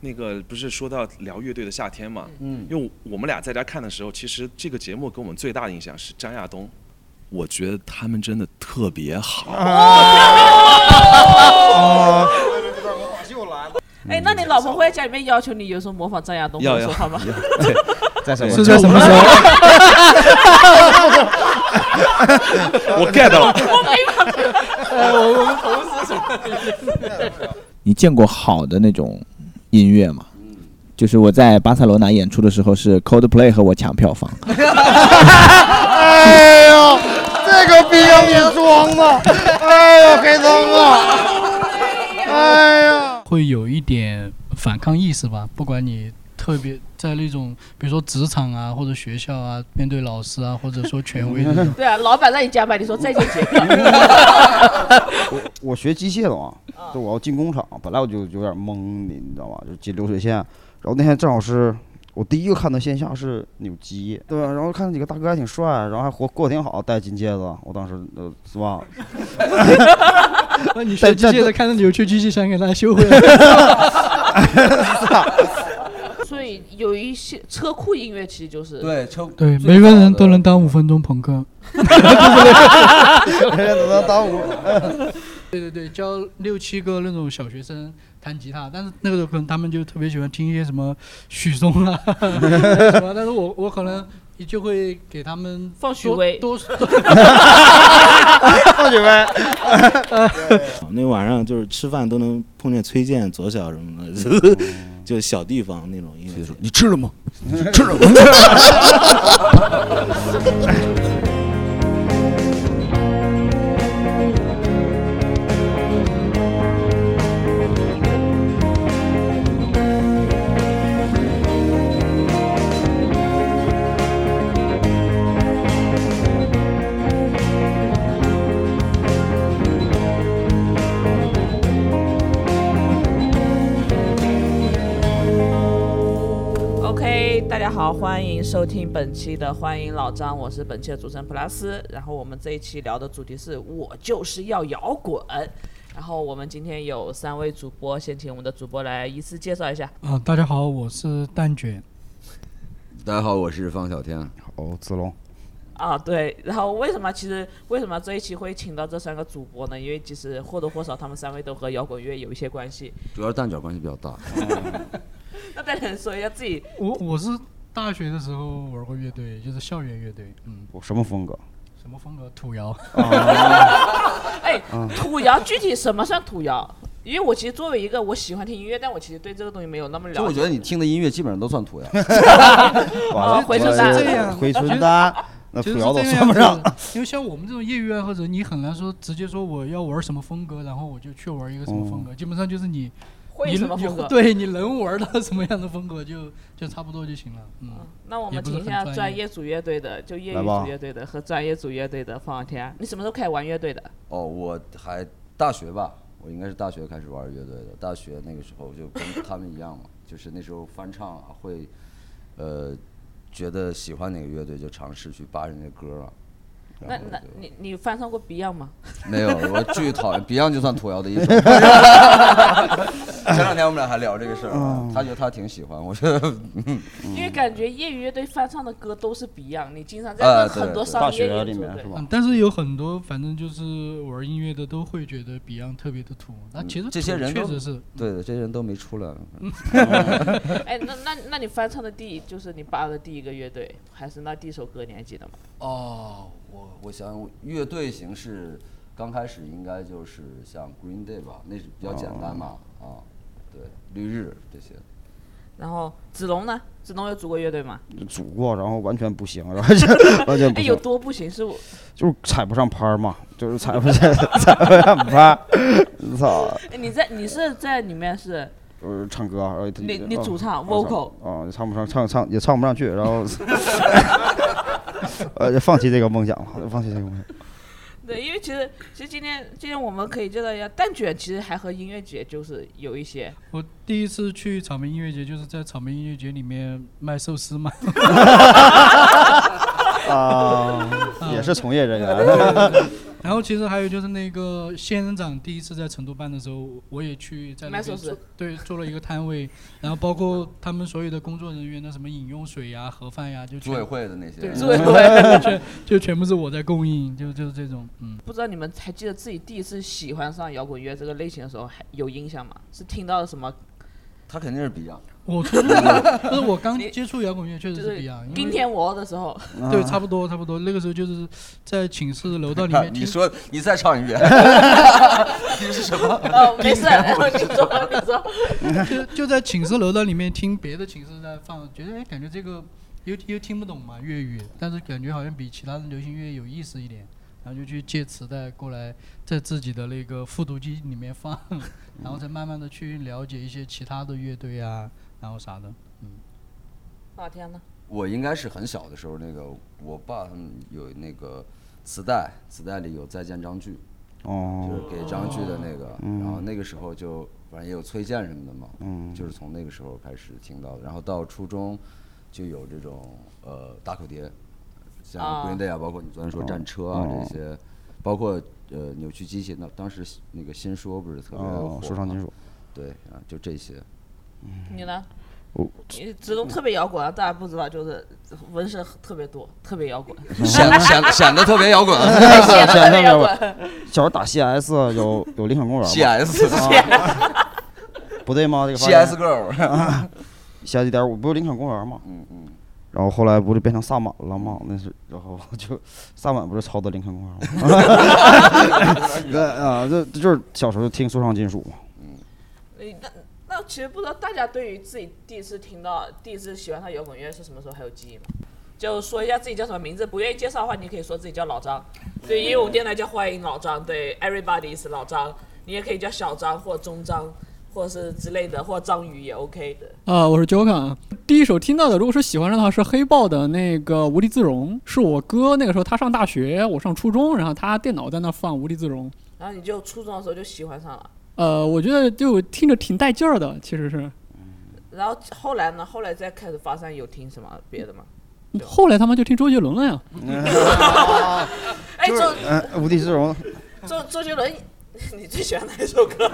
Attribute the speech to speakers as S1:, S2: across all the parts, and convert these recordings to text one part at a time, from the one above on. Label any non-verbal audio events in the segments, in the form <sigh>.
S1: 那个不是说到聊乐队的夏天嘛，
S2: 嗯
S1: 因为我们俩在家看的时候，其实这个节目给我们最大的影响是张亚东，我觉得他们真的特别好。
S3: 哎，那你老婆会在家里面要求你有时候模仿张亚东
S1: 要
S3: 或者说他吗？，
S2: 在什么？
S4: 是在什么时候？
S1: 我 get 到了，
S4: 你见过好的那种音乐吗？就是我在巴塞罗那演出的时候，是 Coldplay 和我抢票房。
S2: 哎呦，这个逼让你装的！哎呦，黑灯啊！哎呀，
S5: 会有一点反抗意识吧。不管你特别在那种，比如说职场啊，或者学校啊，面对老师啊，或者说权威这种
S3: 对啊，老板让你加班，你说再见杰克，
S2: 我我学机械的嘛，
S3: 啊
S2: 就我要进工厂，本来我就有点懵的，你知道吧？就进流水线，然后那天正好是。我第一个看到线下是扭机，对吧？然后看几个大哥还挺帅，然后还活过得挺好，戴金戒指，我当时呃是吧？
S5: <laughs> 那你学
S2: 但
S5: 机械
S2: 但
S5: 的看到扭曲机器，想给它修回来。
S3: 所以有一些车库音乐其实就是
S6: 对，车
S5: <laughs> 对，每个人都能当五分钟朋 <laughs> 克。 <laughs>
S2: 能当我
S5: 对对对，教六七个那种小学生弹吉他，
S2: <laughs>
S5: 但是那个时候可能他们就特别喜欢听一些什么许嵩啊什么，但是我我可能就会给他们
S3: <laughs> 放许
S5: 多
S3: 巍
S5: 多
S3: <laughs>
S2: 放
S7: <laughs>
S2: 学呗。
S8: <laughs> 那晚上就是吃饭都能碰见崔健、左小什么的， <laughs> 就小地方那种音乐节。
S6: 嗯你吃了
S8: <laughs>
S6: 吗？
S3: OK，大家好，欢迎收听本期的《欢迎老张》，我是本期的主持人普拉斯。然后我们这一期聊的主题是我就是要摇滚。然后我们今天有三位主播，先请我们的主播来依次介绍一下。
S5: 啊，大家好，我是蛋卷。
S6: 大家好，我是方小天。
S2: 哦，子龙，
S3: 啊，对，然后为什么其实为什么这一期会请到这三个主播呢？因为其实或多或少他们三位都和摇滚乐有一些关系。
S6: 主要是蛋卷关系比较大，
S5: 嗯
S3: 那大家说一下自己
S5: 我我是大学的时候玩过乐队，就是校园乐队，嗯，
S2: 我什么风格？啊
S5: 什么风格？土 <laughs> 摇。
S3: 哎，
S6: 嗯
S3: 土窑具体什么算土窑？因为我其实作为一个我喜欢听音乐，但我其实对这个东西没有那么了解。
S6: 就我觉得你听的音乐基本上都
S2: <laughs>
S6: 算土呀。
S5: 哦
S3: 啊，回春丹，
S5: 这样
S2: 回春丹，那
S5: 其
S2: 土
S5: 实是
S2: 窑都
S5: 这
S2: 算
S5: 样
S2: 不上。
S5: 子，因为像我们这种业余爱啊好者，你很难说直接说我要玩什么风格，然后我就去玩一个什么风格，基本上就是你
S3: 会
S5: 你
S3: 什么
S5: 你
S3: 风格？
S5: <laughs> 对你能玩到什么样的风格就就差不多就行了，嗯。
S3: 那我们请一下专业组乐队的，就业余
S2: 来吧
S3: 组乐队的和专业组乐队的放天。啊你什么时候开始玩乐队的？
S6: 哦，我还大学吧，我应该是大学开始玩乐队的。大学那个时候就跟他们一样嘛，就是那时候翻唱啊，会，呃，觉得喜欢哪个乐队就尝试去扒人家歌啊。
S3: 那
S6: 然后
S3: 那
S6: 就
S3: 你你翻唱过 Beyond 吗？ <laughs>
S6: 没有，我巨讨厌 Beyond 就算土窑的一种。前两天我们俩还聊这个事儿啊，他觉得他挺喜欢，我觉得嗯
S3: 因为感觉业余乐队翻唱的歌都是 Beyond，你经常在
S6: 啊
S3: 跟
S6: 对
S3: 很多
S6: 对
S3: 商
S2: 大
S3: 业
S2: 学
S3: 演
S2: 里
S3: 出
S2: 面
S3: 对
S2: 是吧
S5: 嗯，？但是有很多，反正就是玩音乐的都会觉得 Beyond 特别的土。那其实
S6: 嗯这些
S5: 土
S6: 人
S5: 确
S6: 都
S5: 实是，
S6: 对的，这些人都没
S5: <laughs>
S6: 出来。
S3: <laughs> 哎，那那那你翻唱的第一就是你扒的第一个乐队，还是那第一首歌，你还记得吗？
S6: 哦，我我想想乐队形式刚开始应该就是像 Green Day 吧，那是比较简单嘛，啊，对，绿日这些。
S3: 然后子龙呢？子龙有组过乐队吗？
S2: 煮过，然后完全不行， <laughs> 然后就 <laughs> 完全不
S3: 哎，有
S2: 行，
S3: 多不行是我
S2: 就是踩不上拍儿嘛，就是踩不上 <laughs> 踩不上拍儿。 <laughs> 操！
S3: 哎你在你是在里面是
S2: 呃，唱歌，然后哦
S3: 你你主唱
S2: 我
S3: vocal
S2: 啊，也唱不上，唱唱也唱不上去，然后，呃，就放弃这个梦想了，放弃这个梦想。
S3: 对，因为其实其实今天今天我们可以介绍一下蛋卷，其实还和音乐节就是有一些
S5: 我第一次去草莓音乐节，就是在草莓音乐节里面卖寿司嘛。
S2: 啊，也是从业人员，
S5: 然后其实还有就是那个仙人掌第一次在成都办的时候，我我也去在那
S3: 卖寿
S5: 边
S3: 司
S5: 做对做了一个摊位，然后包括他们所有的工作人员的什么饮用水呀、盒饭呀，就
S6: 组
S5: 全
S6: 委会的那些
S5: 对
S6: 人
S3: 组委会
S5: 全就全部是我在供应，就就是这种嗯。
S3: 不知道你们还记得自己第一次喜欢上摇滚乐这个类型的时候，还有印象吗？是听到了什么？
S6: 他肯
S5: <laughs>
S6: 定是 Beyond，
S5: 我初中的， <laughs> 就是我刚
S3: 你
S5: 接触摇滚乐确
S3: 就
S5: 实是不一样，因为
S3: 冰天我的时候，
S6: 啊
S2: 啊
S5: 对，差不多差不多。那个时候就是在寝室楼道里面
S6: <laughs> 你
S5: 听，
S6: 说你再唱
S5: <laughs>
S6: 一遍，你是什么？
S3: 呃，没事，你说你说，
S5: 就就在寝室楼道里面听别的寝室在放，觉得哎，感觉这个又又听不懂嘛粤语，但是感觉好像比其他的流行乐有意思一点，然后就去借磁带过来，在自己的那个复读机里面放， <laughs> 然后再慢慢的去了解一些其他的乐队啊，然后啥的。
S3: 啊天呐，
S6: 我应该是很小的时候，那个我爸他们有那个磁带，磁带里有《再见张炬》，就
S2: 哦
S6: 是给张炬的那个，然后那个时候就反正也有崔健什么的嘛，就是从那个时候开始听到的，然后到初中就有这种呃打口碟，像
S3: 啊
S6: Green Day 啊，包括你昨天说战车啊这些，包括呃扭曲机器，那当时那个新说不是特别火
S2: 哦，，说唱金属，
S6: 对啊，就这些。
S3: 你呢？
S2: 我
S3: 你子龙特别摇滚啊，大家不知道，就是纹身特别多，特别摇滚，
S6: <laughs> 显显显得特别摇滚
S3: <laughs> 显得特别摇滚。
S2: 小时候打 CS 啊有有林肯公园吗？
S6: ，CS
S2: 不对吗？这个发现
S6: CS girl，
S2: 下一点我不是林肯公园吗？
S6: 嗯嗯，
S2: 然后后来不是变成萨满了吗？那是，然后就萨满不是抄的林肯公园吗？对啊，这这就是小时候就听说唱金属嘛。
S3: 你那那其实不知道大家对于自己第一次听到、第一次喜欢上摇滚乐是什么时候还有记忆吗？就说一下自己叫什么名字，不愿意介绍的话，你可以说自己叫老张。对，因为我们电台叫欢迎老张，对，everybody is 老张，你也可以叫小张或中张，或是之类的，或章鱼也 OK 的。
S7: 啊、我是 Joka。第一首听到的，如果说喜欢上的话，是黑豹的那个《无地自容》，是我哥那个时候他上大学，我上初中，然后他电脑在那放《无地自容》。
S3: 然后你就初中的时候就喜欢上了，
S7: 呃，我觉得就听着挺带劲儿的，其实是。
S3: 然后后来呢？后来再开始发散，有听什么别的吗？
S7: 后来他妈就听周杰伦
S2: <laughs>
S7: 了呀。
S6: 哦
S3: <laughs> 哎，周
S2: 嗯，无地自容，
S3: 周周杰伦， <laughs> 你最喜欢哪一首歌？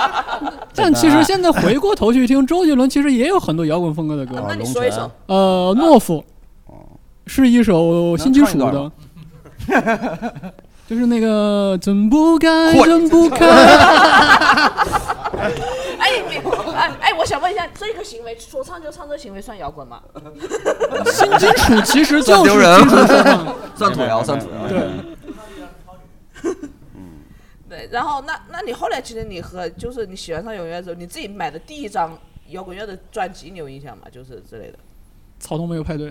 S7: <laughs> 但其实现在回过头去听，周杰伦其实也有很多摇滚风格的歌，
S3: 那你说一首
S2: 龙。
S7: 呃，懦夫，是一首新金
S6: 哦
S7: 属
S6: 能唱一段
S7: 的
S6: 吗，
S7: <laughs> 就是那个怎不该
S6: 嚯
S7: 怎不
S3: <laughs>
S7: 该，
S6: <laughs>
S3: 哎，你哎哎，我想问一下，这个行为说唱就唱这行为算摇滚吗？
S7: 新金属其实
S6: <laughs> 算
S7: 就
S6: 丢
S7: 是
S6: 人
S7: 金属
S3: <laughs>
S7: 说唱。
S6: 算土
S7: 啊
S6: 窑，算土窑。
S7: 对，
S3: 对，然后那那你后来其实你和就是你喜欢上摇滚乐之后，你自己买的第一张摇滚乐的专辑，你有印象吗？就是之类的。
S7: 草东没有派对。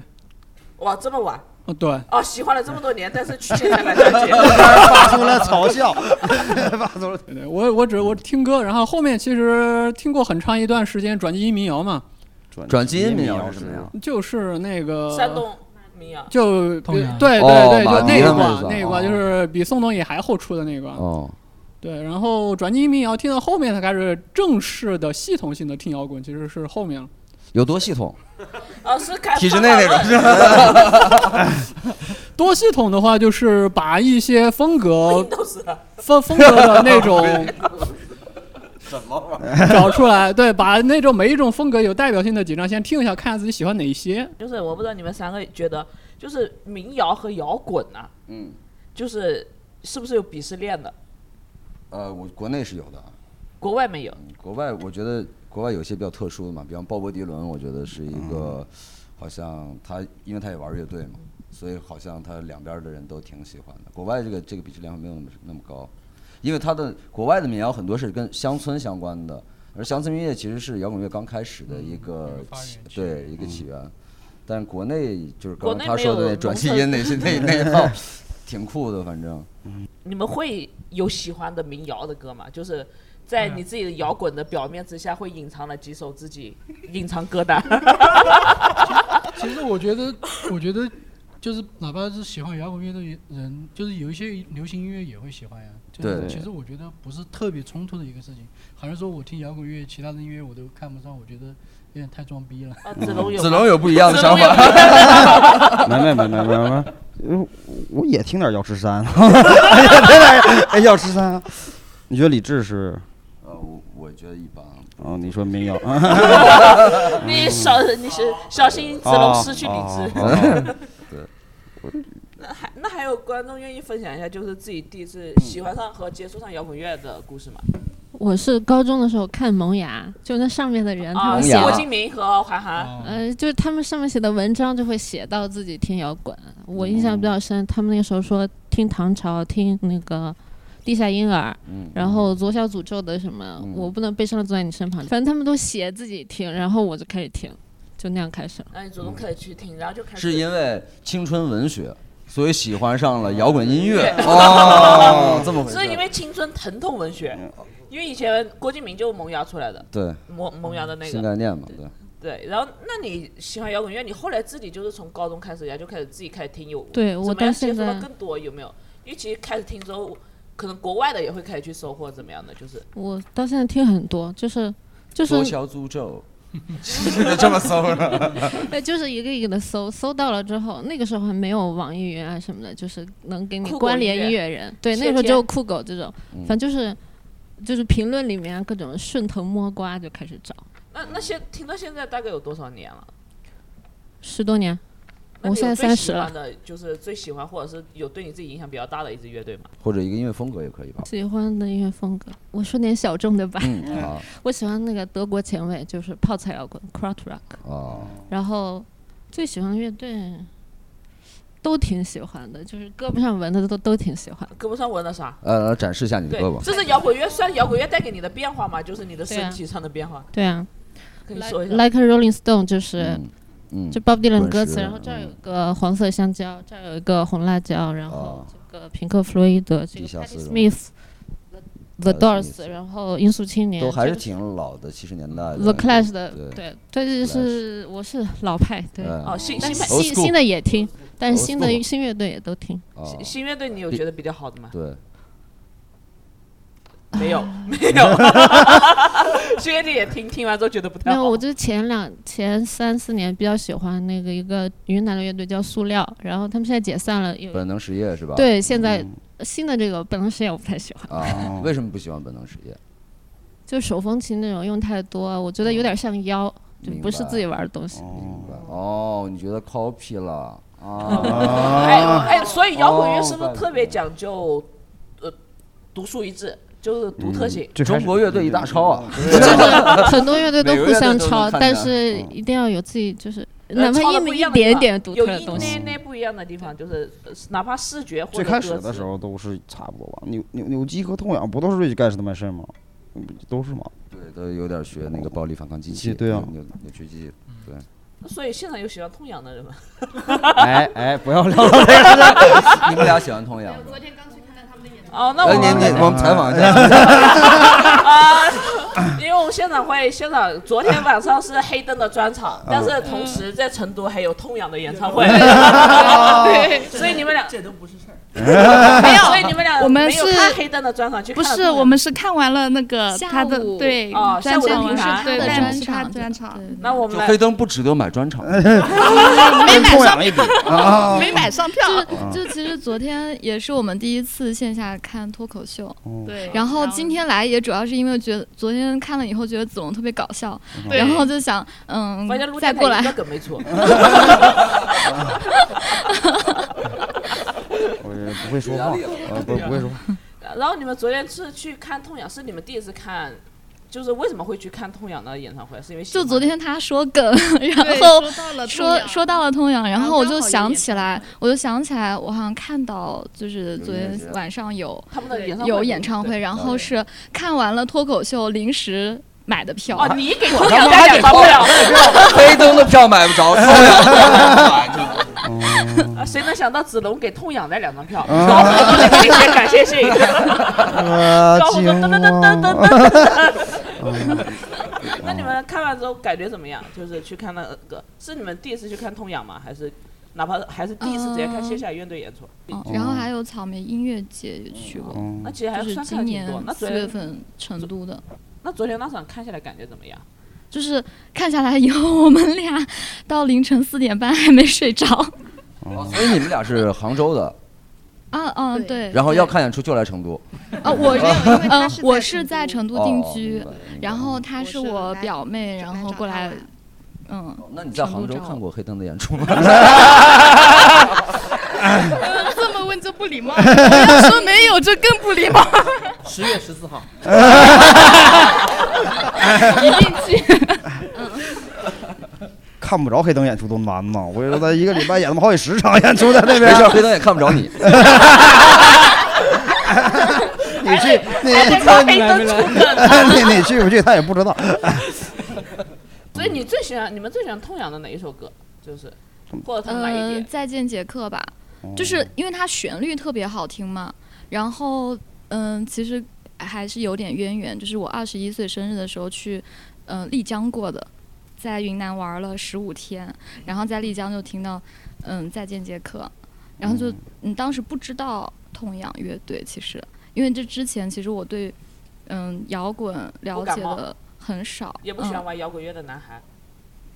S3: 哇，这么晚
S7: 哦，对，
S3: 哦，喜欢了这么多
S7: <laughs>
S3: 年，但是去现在买专辑，
S2: 发出了嘲笑，发出了
S7: 对对，我我只我听歌，然后后面其实听过很长一段时间转基因民谣嘛，
S6: 转基因民谣是什么呀？
S7: 就是那个
S3: 山东民谣。
S7: 就
S5: 童谣
S7: 对对
S6: 哦
S7: 对，
S6: 马
S7: 就那
S6: 尼
S7: 一
S6: 的那
S7: 挂
S6: 种
S7: 那一挂，
S6: 哦
S7: 就是比宋冬野还后出的那一挂。
S6: 哦，
S7: 对，然后转基因民谣听到后面才开始正式的系统性的听摇滚，其实是后
S6: <laughs>
S7: 面了。
S6: 有多系统？
S3: <laughs> 哦，是开
S6: 体制内那种。 <laughs>
S7: 多系统的话，就是把一些风格
S2: 哦
S3: <laughs> 都是啊
S7: 风风格的那
S6: <laughs>
S7: 种 <laughs> 找出来，对，把那种每一种风格有代表性的几张先听一下，看下自己喜欢哪一些。
S3: 就是我不知道你们三个觉得，就是民谣和摇滚啊，
S6: 嗯，
S3: 就是是不是有鄙视链的？
S6: 呃，我国内是有的，
S3: 国外没有，
S6: 嗯国外我觉得国外有些比较特殊的嘛，比方鲍勃迪伦，我觉得是一
S3: 嗯
S6: 个，好像他因为他也玩乐队嘛，所以好像他两边的人都挺喜欢的。国外这个这个鄙视链没有那么那么高，因为他的国外的民谣很多是跟乡村相关的，而乡村音乐其实是摇滚乐刚开始
S3: 嗯
S6: 的一个
S5: 一个发
S6: 起
S5: 源地
S6: 对一个起源，但是国内就是刚
S3: 国
S6: 刚
S3: 内
S6: 他说
S3: 没有
S6: 的那转基因那些
S3: <laughs>
S6: 那那一套，挺酷的，反正。
S3: 你们会有喜欢的民谣的歌吗？就是在你自己的摇滚的表面之下，会隐藏了几首自己隐藏
S6: <laughs>
S3: 歌单。
S5: <laughs> 其实我觉得，我觉得就是哪怕是喜欢摇滚乐的人，就是有一些流行音乐也会喜欢呀。就是
S6: 对
S5: 其实我觉得不是特别冲突的一个事情。好像说我听摇滚乐，其他的音乐我都看不上，我觉得有点太装逼了。
S3: 啊，子龙有吗
S6: 子龙有不一样的想
S3: 子龙
S6: <laughs>
S3: 有
S6: 法，
S2: <laughs> 没没没没没没，呃我也听点儿瑶池山，也听点儿哎瑶池山。你觉得李志是？
S6: 呃，我我觉得一般。
S2: 哦，你说民
S6: <laughs>
S2: 谣，
S3: <laughs> <laughs> 你小你是小心子龙失去理智。
S2: 哦哦哦
S3: 那还 <laughs> 那还有观众愿意分享一下，就是自己第一次
S6: 嗯
S3: 喜欢上和接触上摇滚乐的故事吗？
S9: 我是高中的时候看《萌芽》，就那上面的人他
S3: 啊，
S9: 们写
S2: 萌芽
S3: 郭
S9: 的，
S3: 敬明和韩寒，
S6: 嗯
S9: 呃，就是他们上面写的文章就会写到自己听摇滚。我印象比较深，他们那个时候说听唐朝，听那个。地下婴儿，
S6: 嗯，
S9: 然后左小诅咒的什么，
S6: 嗯
S9: 我不能悲伤的坐在你身旁，反正他们都写自己听，然后我就开始听，就那样开始了。嗯
S3: 那你主动可以去听，然后就开始
S6: 是因为青春文学，所以喜欢上了摇滚音乐。
S3: <laughs>
S6: 哦，这么回事。嗯
S3: 是因为青春疼痛文学，因为以前郭敬明就是萌芽出来的，
S6: 对
S3: 萌萌芽的那
S6: 新
S3: 个。
S6: 概念嘛，对。
S3: 对，然后那你喜欢摇滚乐，你后来自己就是从高中开始呀，就开始自己开始听有，
S9: 对
S3: 怎
S9: 我
S3: 么
S9: 到
S3: 样接
S9: 现
S3: 触到
S9: 在
S3: 更多有没有？因为其实开始听之后，可能国外的也会开始去收获怎么样的，就是
S9: 我到现在听很多，就是就是
S6: 左小诅咒， <laughs> 就这么搜了。
S3: <laughs>
S9: 对，哎就是一个一个的搜，搜到了之后，那个时候还没有网易云啊什么的，就是能给你
S3: 酷狗
S9: 关
S3: 音
S9: 联
S3: 乐
S9: 音乐人。对，那
S3: 谢
S9: 个时候
S3: 天
S9: 只有酷狗这种，
S6: 嗯
S9: 反正就是就是评论里面啊各种顺藤摸瓜就开始找，
S3: 那那些听到现在大概有多少年了？
S9: 十多年。
S3: 那
S9: 我
S3: 你
S9: 现
S3: 有
S9: 在
S3: 最
S9: 30
S3: 喜欢
S9: 了
S3: 的就是最喜欢或者是有对你自己影响比较大的一支乐队吗？
S6: 或者一个音乐风格也可以吧。
S9: 喜欢的音乐风格，我说点小众的吧。 <laughs>
S6: 嗯，好
S9: 我喜欢那个德国前卫，就是泡菜摇滚 c r o u t rock。
S6: 哦，
S9: 然后最喜欢的乐队都挺喜欢的，就是胳膊上纹的都都挺喜欢。
S3: 胳膊上纹了啥？
S6: 呃，展示一下你的
S3: 对
S6: 胳膊，。
S3: 这是摇滚乐，算摇滚乐带给你的变化吗？就是你的
S9: 对啊
S3: 身体上的变化，
S9: 对啊
S3: 可以说一下。
S9: ，Like a Rolling Stone 就是。
S6: 嗯嗯
S9: 就 Bob Dylan
S6: 滚
S9: 歌
S6: 石
S9: 词，然后这儿有
S6: 嗯
S9: 个黄色香蕉，这儿有一个红辣椒，然后
S6: 哦
S9: 这个平克·弗洛伊德，这
S6: 地
S9: 个
S6: 下
S9: Patti
S6: 丝绒
S9: Smith、The
S6: Patti
S9: Doors，
S6: Smith
S9: 然后音速青年，
S6: 都还
S9: 这
S6: 是
S9: 个
S6: 挺老的，七十年代的。
S9: The Clash 的，
S6: 对
S9: 对对，这就是我是老派，对，
S6: 嗯
S3: 哦，新
S9: 但是
S3: 新派
S6: Old
S9: 新
S6: school
S9: 新的也听，但是
S6: Old
S9: 新的
S6: school
S9: 新乐队也都听，
S6: 哦
S3: 新新乐队，你有觉得比较好的吗？
S6: 对，
S3: 没
S9: <laughs>
S3: 有，没有。新乐队也听，听完之后觉得不
S9: 没
S3: 太
S9: 有，
S3: 好
S9: 我。就前两前三四年比较喜欢那个一个云南的乐队叫塑料，然后他们现在解散了，有
S6: 本能实业是吧？嗯
S9: 对现在新的这个本能实验我不太喜欢。
S6: 啊，为什么不喜欢本能实业？
S9: <laughs> 就手风琴那种用太多，我觉得有点像妖，就
S6: 明
S9: 不是
S6: 白
S9: 自己玩的东西。
S6: 哦明白哦，你觉得 copy 了啊？
S3: 哎哎，所以摇
S6: 哦
S3: 滚乐是不是特别讲究，呃，独树一帜，就是独特性？
S2: 嗯最开
S6: 中
S2: 始
S6: 国乐队一大抄啊！
S9: 很多
S3: 哦
S9: 乐队都
S6: 每个
S9: 互
S6: 乐队
S9: 相
S6: 都能
S9: 抄，
S6: 看
S9: 但
S6: 见
S9: 是一定要有自己就是，
S3: 呃
S9: 哪怕
S3: 抄得
S9: 一
S3: 不
S9: 米
S3: 一样的
S9: 点
S3: 地
S9: 一
S3: 方
S9: 点独
S3: 有
S9: 特
S3: 一
S9: 的东西。
S3: 那那不一样的地方，就是呃哪怕视觉或
S2: 最
S3: 者
S2: 开
S3: 歌
S2: 始的
S3: 词
S2: 时候都是差不多吧。扭扭扭机和痛痒不都是 Rich Guys 的卖肾吗？嗯都是吗？
S6: 对，都有点学那个暴力反抗机器，
S2: 对啊
S6: 扭扭扭曲机，对，
S3: 所以现场有喜欢痛痒的人吗？
S2: <laughs> 哎哎，不要聊
S6: <laughs>
S2: 了。
S6: 你们俩喜欢童谣吗？
S3: 哦，那
S6: 哎，
S3: 我
S6: 你
S3: 们
S6: 你我们采访一下，
S2: 哎
S3: <laughs> 啊因为我们现场会现场，昨天晚上是黑灯的专场，
S2: 嗯
S3: 但是同时在成都还有痛痒的演唱
S2: <laughs>
S3: 会，
S2: 哦
S3: 对，所以你们俩这都不是事
S10: <laughs>
S3: 儿，没有，所以你们俩
S10: 我们
S3: 没有
S10: 是
S3: 看黑灯的专场去看
S10: 不
S3: 了痛
S10: 是，
S3: 痒
S10: 我们是看完了那个他的对
S3: 哦下
S10: 专
S3: 午的
S10: 场
S3: 平
S10: 完了，对，
S3: 台他的
S10: 但
S9: 专
S10: 是他
S9: 场
S10: 专场
S3: 那我们
S6: 就
S3: 来
S6: 黑灯不值得买专场，
S10: 没买
S2: 痛
S10: 上
S2: 痒一比，
S3: 啊
S10: 没买上票，
S11: 就其实昨天也是我们第一次线下看脱口秀，
S3: 哦
S10: 对
S11: 然后今天来也主要是因为觉得昨天看了以后觉得子龙特别搞笑，
S10: 对
S11: 然后就想嗯
S3: 发现陆
S11: 再过来
S3: 一个，梗没出，
S2: <laughs> 我也不会说话，呃不不会说话。
S3: 然后你们昨天是去看痛痒，是你们第一次看。就是为什么会去看痛痒的演唱会？是因为喜
S11: 就
S3: 欢
S11: 昨天他说梗， <laughs> 然
S10: 对
S11: 后
S10: 说到了
S11: 说
S10: 痛
S11: 说到了通阳，然
S10: 然后
S11: 后我
S10: 刚
S11: 就
S10: 好有嗯
S11: 想
S10: 演
S11: 起
S10: 唱
S11: 来，我就想起来，我好像看到就是昨天晚上有
S3: 他们的演唱会
S11: 有演唱会，然后是看完了脱口秀临时买的票。
S3: 哦，你给痛痒带点发不 <laughs> 了，
S6: <laughs> 黑灯的票买
S2: <laughs>
S6: 不着，童谣的票买不着
S3: 啊谁能想到子龙给痛痒带两张票？高虎不是给你写感谢信，
S2: 啊
S3: 高虎说
S2: 惊
S3: 噔噔噔噔
S2: 了！
S3: 噔噔那你们看完之后感觉怎么样？就是去看那个，是你们第一次去看痛痒吗？还是哪怕还是第一次直接看线下乐队演出？
S11: <laughs> 嗯，然后还有草莓音乐节也去过，
S6: 哦
S3: 那其实还
S11: 就是
S3: 算看
S11: 今
S3: 了挺
S11: 年
S3: 多。那昨
S11: 四月
S3: 天
S11: 份成都的，
S3: 那昨天那场看下来感觉怎么样？
S11: 就是看下来以后，我们俩到凌晨四点半还没睡着。
S6: 哦所以你们俩是杭州的，
S11: 啊嗯对。
S6: 然后要
S11: 对
S6: 看演出就来成都。
S11: <laughs> 啊，我
S6: 没
S11: 这
S6: 有因为他
S11: 呃
S6: 是，
S11: 我是在成都定
S6: 哦
S11: 居，然后她是我表妹，然后过来，嗯。
S6: 哦那你在
S11: 成都
S6: 杭州
S11: 找我
S6: 看过黑灯的演出吗？
S11: 这么问就不
S10: <laughs>
S11: 礼貌，要说没有这更不礼貌。
S12: 十月十四号
S11: 一定去。
S2: <laughs>
S3: <laughs>
S2: 看不着黑灯演出都难呐！我跟你说，他一个礼拜演他妈好几十场演出在那边，
S6: 没事黑灯也看不
S2: <laughs>
S6: 着你。
S2: <laughs> 你去，你
S3: 还得靠黑灯出梗
S2: <laughs> 你你去不去，他也不知道。
S3: 所以你最喜欢你们最喜欢痛痒的哪一首歌？就是
S6: <laughs>
S3: 或者他们哪一
S11: 呃
S3: 点？，
S11: 再见杰克吧，就是因为它旋律特别好听嘛，然后嗯、其实还是有点渊源，就是我二十一岁生日的时候去嗯、呃丽江过的，在云南玩了十五天，然后在丽江就听到嗯、再见杰克，然后就嗯当时不知道痛痒乐队，其实因为这之前其实我对嗯、摇滚了
S3: 不感
S11: 解
S3: 冒
S11: 的很少，
S3: 也不喜
S11: 嗯
S3: 欢玩摇滚乐的男
S11: <laughs>
S3: 孩。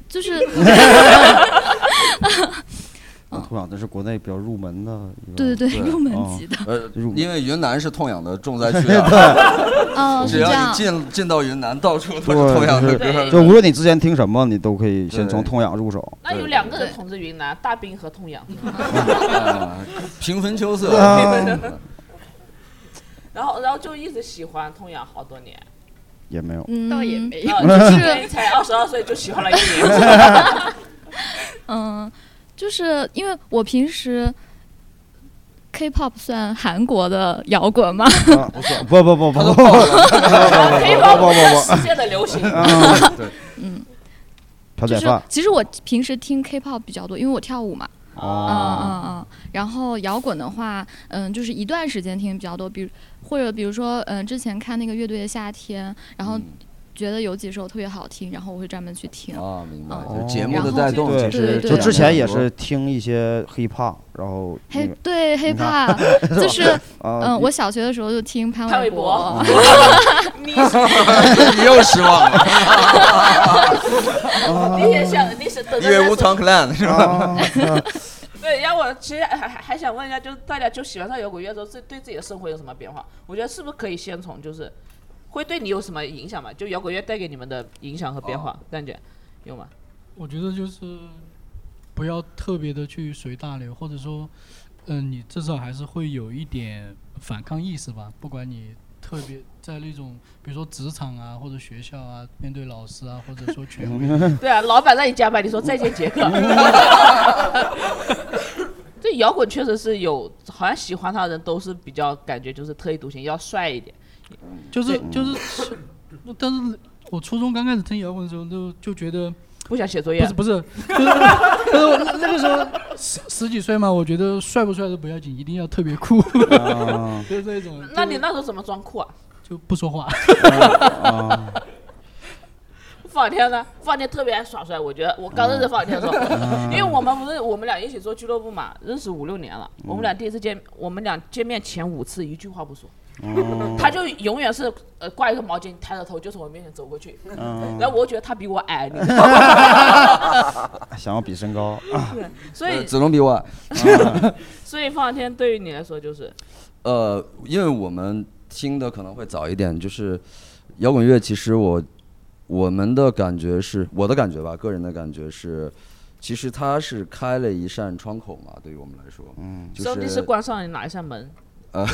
S11: 就是
S3: <laughs>
S11: <laughs>
S6: 啊
S2: 痛痒，这是国内比较入门的一个，
S11: 对对对入门级的
S2: 哦入
S6: 呃因为云南是痛痒的重灾区啊，
S2: <laughs>
S6: <laughs>
S11: 哦是
S6: 只
S11: 这
S6: 要
S11: 样
S6: 你进进到云南，到处都
S2: 对，
S6: 是痛痒的
S2: 就是
S6: 歌。
S2: 就无论你之前听什么，你都可以先从痛痒入手。
S3: 那有两个人统治云南，大兵和痛痒。
S6: <laughs>
S3: 嗯
S6: 啊平分秋色。
S3: <laughs>
S6: 嗯
S2: 啊
S3: 然后，然后就一直喜欢痛痒好多年，
S2: 也没有，
S11: 倒也没有，
S3: 呃
S11: 嗯就
S3: 就是
S11: 是
S3: 才二十二岁就喜欢了一
S6: <laughs>
S3: 年。 <laughs>
S11: 嗯，就是因为我平时 K-pop 算韩国的摇滚吗？
S2: 不
S11: 嗯
S2: 算，不不不不
S6: <laughs>
S2: 不不不不不不
S3: 世界的流行
S2: 啊不不，
S11: 嗯，
S2: 朴
S11: 就
S2: 宰
S11: 是
S2: 范
S11: 其实我平时听 K-pop 比较多，因为我跳舞嘛。嗯嗯
S2: 哦，
S11: 嗯，然后摇滚的话，嗯，就是一段时间听比较多，比如或者比如说，嗯，之前看那个乐队的夏天，然后觉得有几首特别好听，然后我会专门去听。
S6: 啊，明白，
S11: 嗯
S6: 就是节目
S11: 然
S6: 的
S11: 后
S6: 带动，
S2: 哦对，
S6: 其实
S2: 就之前也是听一些 hiphop，然后那
S11: 黑
S2: 个 <laughs>
S11: 对黑
S2: 你看，
S11: 怕
S2: 吧
S11: 就是
S2: <laughs> 啊
S11: 嗯，我小学的时候就听潘
S3: 潘玮
S11: 玮柏
S3: 柏，
S11: <laughs>
S3: 你
S6: <laughs>
S2: <laughs>
S6: 你又失望了，
S3: <laughs> 你也想，你是等
S6: 哦因
S3: 着那
S6: 为
S3: 首
S6: 无糖 clan 是
S2: 哦
S6: 吧？
S2: 嗯
S3: 对，然后我其实还还还想问一下，就是大家就喜欢上摇滚乐之后，自对自己的生活有什么变化？我觉得是不是可以先从就是，会对你有什么影响吗？就摇滚乐带给你们的影响和变化，感觉有吗？，
S5: 我觉得就是不要特别的去随大流，或者说，嗯、你至少还是会有一点反抗意识吧。不管你特别在那种，比如说职场啊，或者学校啊，面对老师啊，或者说权威
S3: <laughs> 对啊，老板让你加班，你说再 <laughs> 见杰克。这摇滚确实是有，好像喜欢他的人都是比较感觉就是特立独行，要帅一点。
S5: 就是就是，但是我初中刚开始听摇滚的时候，就就觉得
S3: 不想写作业
S5: 不是不是，就是 <laughs> 但是我那那个时候十十几岁嘛，我觉得帅不帅都不要紧，一定要特别酷， <laughs>
S13: 哦
S2: 啊
S5: 就是那种
S13: 嗯
S3: 那你那时候怎么装酷啊？
S5: 就不说话。
S3: 放天呢？放天特别爱耍帅，我觉得我刚认识放天的时
S2: 嗯
S6: 啊
S3: 候，因为我们不是我们俩一起做俱乐部嘛，认识五六年了。
S2: 嗯
S3: 我们俩第一次见，我们俩见面前五次一句话不说，
S6: 嗯
S2: 哦
S3: 他就永远是呃挂一个毛巾，抬着头就从我面前走过去
S2: 嗯，
S3: 然后我觉得他比我矮，你知道吗？
S2: 想要比啊身高，
S3: <laughs> 对所以
S6: 啊呃子龙
S2: <laughs>
S6: 比我矮。
S2: 啊
S3: <laughs> 所以放天对于你来说就是
S6: 呃，因为我们听的可能会早一点，就是摇滚乐。其实我我们的感觉是，我的感觉吧，个人的感觉是，其实它是开了一扇窗口嘛，对于我们来说，嗯，就
S3: 上帝是关上了哪一扇门？
S6: 呃，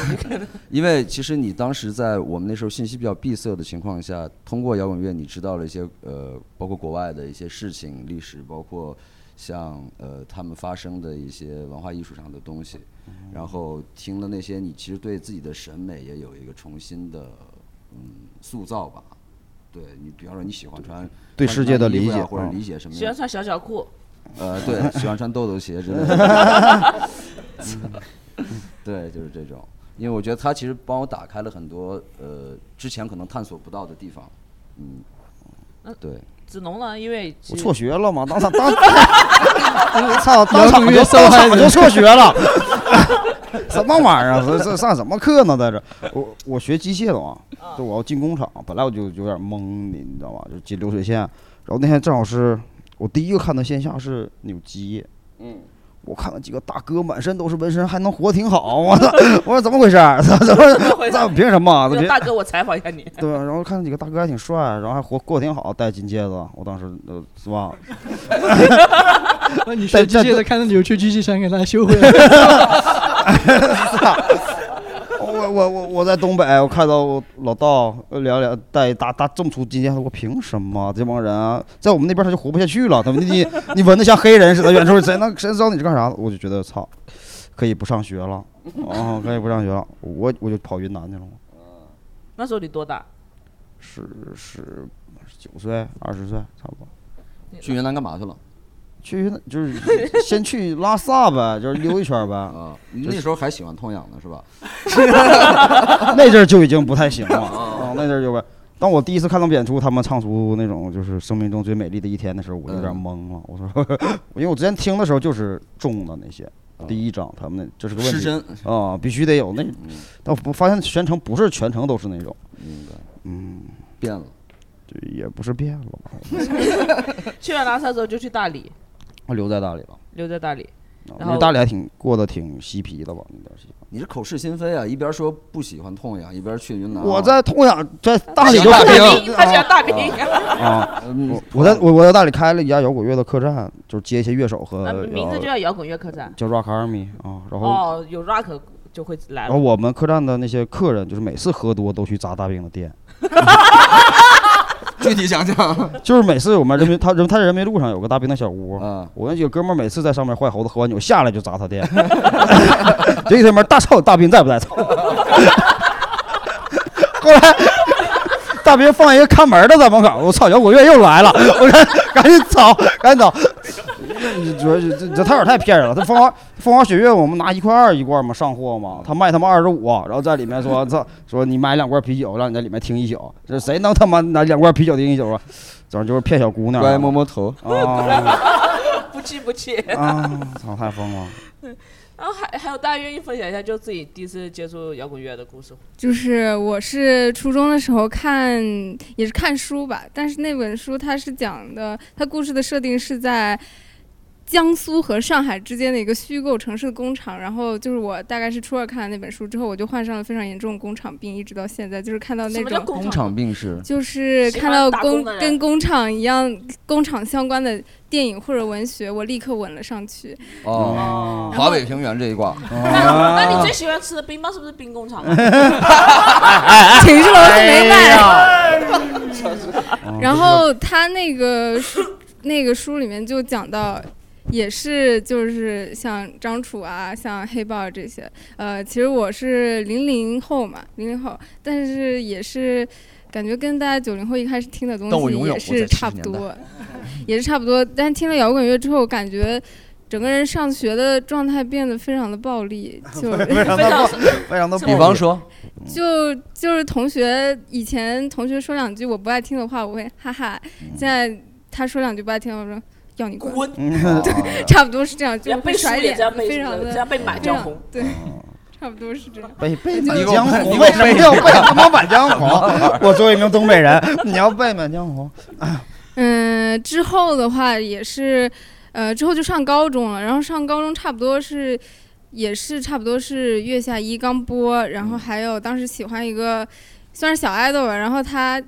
S6: 因为其实你当时在我们那时候信息比较闭塞的情况下，通过摇滚乐，你知道了一些呃，包括国外的一些事情、历史，包括像呃他们发生的一些文化艺术上的东西，然后听了那些，你其实对自己的审美也有一个重新的嗯塑造吧。对你，比方说你喜欢穿
S2: 对
S6: 穿
S2: 世界
S6: 什么
S2: 的
S6: 衣
S2: 理
S6: 服呀
S2: 解
S6: 或者
S2: 嗯
S6: 理解什么
S3: 喜
S6: 样
S3: 欢穿小脚裤，
S6: <laughs> 呃，对，喜欢穿豆豆鞋之类 <laughs> 的。嗯对，就是这种，因为我觉得他其实帮我打开了很多呃之前可能探索不到的地方。嗯，对，
S3: 子龙呢？因为
S2: 我
S3: 其实
S2: 辍学了嘛，当场当，
S3: <laughs>
S2: 操，当
S5: 摇
S2: 场就
S5: 滚乐
S2: 当
S5: 受害
S2: 场
S5: 者
S2: 就辍学了， <laughs> 什么玩意儿啊？这这上什么课呢？在这，我我学机械的嘛，
S3: 啊
S2: 就我要进工厂，本来我就有点懵你，你知道吗？就进流水线，然后那天正好是我第一个看到线下是扭机，
S6: 嗯，
S2: 我看了几个大哥满身都是纹身，还能活挺好，我操！我说怎么回事儿？ <laughs> 怎
S3: 怎么回
S2: 么
S3: 事
S2: 怎么凭什么？啊
S3: 这
S2: 凭
S3: 个大哥，我采访一下你。
S2: 对，啊然后看见几个大哥还挺帅，然后还活过得挺好，戴金戒指，我当时呃是吧？ <laughs>
S5: 那你学机械的，看到你有缺机械，想给他修回来。
S2: 哦我我我我在东北，我看到我老道呃聊聊戴一大大这么粗金戒指，我凭什么？这帮人啊，在我们那边他就活不下去了，他们你你纹的像黑人似的，远处谁能谁知道你是干啥的？我就觉得操，可以不上学了，啊，可以不上学了，我我就跑云南去了嘛，
S3: 那时候你多大？ <laughs>
S2: 十十九岁二十岁差不多。
S6: 去云南干嘛去了？
S2: 去云南就是先去拉萨呗，就是溜一圈呗。
S6: 啊，你那时候还喜欢痛痒呢 <laughs> 是吧？
S2: <laughs> 那阵儿就已经不太行了啊，那阵儿就呗。当我第一次看到演出，他们唱出那种就是生命中最美丽的一天的时候，我有点懵了。我说，因为我之前听的时候就是中的那些，第一张他们那这是个问
S6: 失真
S2: 题啊，必须得有那。但我发现全程不是全程都是那种，嗯，
S6: 变了，
S2: 对，也不是变了吧，
S3: 去完拉萨之后就去大理，
S2: 我哦留在大理了。
S3: 留在大理，然
S2: 因为
S3: 后
S2: 哦大理还挺过得挺嬉皮的吧，那段时间。
S6: 你是口是心非啊，一边说不喜欢痛痒，一边去云南啊。
S2: 我在痛痒在大理就
S6: 大
S2: 平，
S3: 他喜欢大理。
S2: 啊，
S6: 嗯
S2: 我我在我我在大理开了一家摇滚乐的客栈，就是接一些乐手和
S3: 那啊名字就叫摇滚乐客栈。
S2: 叫 Rock Army 啊，呃然后、
S3: 哦，有 rock 就会来
S2: 然
S3: 了。
S2: 后我们客栈的那些客人，就是每次喝多都去砸大兵的店，
S6: <laughs> 具体讲讲。
S2: <laughs> 就是每次我们人民他人他人民路上有个大兵的小屋，
S6: 啊
S2: 我那几个哥们儿每次在上面坏猴子喝完酒下来就砸他店， <laughs> 就一天门大操大兵在不在操，后来。大兵放一个看门的在门口，我操，摇滚乐又来了，我赶赶紧走，赶紧走，那你主要是这这他有点太骗人了。他风花风花雪月，我们拿一块二一罐嘛上货嘛，他卖他妈二十五，然后在里面说这说你买两罐啤酒，让你在里面听一宿，这谁能他妈拿两罐啤酒听一宿啊？总之就是骗小姑娘，
S6: 乖摸摸头
S2: 啊！
S3: <laughs> 不气不气
S2: 啊，操，太疯了！
S3: <laughs> 然后还还有大家愿意分享一下，就自己第一次接触摇滚乐的故事。
S12: 就是我是初中的时候看，也是看书吧，但是那本书它是讲的，它故事的设定是在江苏和上海之间的一个虚构城市的工厂。然后就是我大概是初二看了那本书之后，我就患上了非常严重的工厂病，一直到现在，就是看到那
S6: 什么
S12: 种
S6: 叫工厂病是
S12: 就是
S6: 喜
S12: 看
S6: 欢
S12: 到
S6: 打
S12: 工
S6: 工的人
S12: 跟工厂一样工厂相关的电影或者文学，我立刻吻了上去。
S6: 哦，
S12: 然后
S6: 华北平原这一挂。
S3: <laughs> 那那你最喜欢吃的冰棒是不是冰工厂啊？
S6: 啊
S12: 寝室楼
S3: <laughs>
S12: 是没卖
S6: 嗯
S2: 哦
S12: 然后他那个书那个书里面就讲到，也是就是像张楚啊，像黑豹这些。呃，其实我是零零后嘛，零零后，但是也是感觉跟大家九零后一开始听的东
S14: 但我
S12: 西
S14: 永远
S12: 也
S14: 活
S12: 是
S14: 在70
S12: 差不
S14: 年代
S12: 多，也是差不多。但听了摇滚乐之后，感觉。整个人上学的状态变得非常的
S2: <laughs>
S12: 暴力，就
S2: 非常地
S12: <laughs>
S2: 暴非常地暴力比方说
S12: 就就是同学以前同学说两句我不爱听的话，我会哈哈。现在他说两句不爱听，我说要你滚， <laughs> 对，差不多是这样，就
S3: 人家
S12: 会
S3: 被
S12: 甩
S3: 输也
S12: 脸
S3: 这样，被
S12: 非常的
S3: 这样被满江红
S12: 非常对，差不多是这样。
S2: 背背
S12: 就
S2: 满
S12: 是
S2: 江
S12: 你
S2: 红，为
S12: 给我
S2: 什么
S12: 背
S2: 要
S12: <laughs>
S2: 背他妈满江红？我作为一名东北人，你要背满江红，
S12: 嗯，之后的话也是，呃，之后就上高中了，然后上高中差不多是，也是差不多是月下一刚播，然后还有当时喜欢一个，算是小爱豆吧，然后他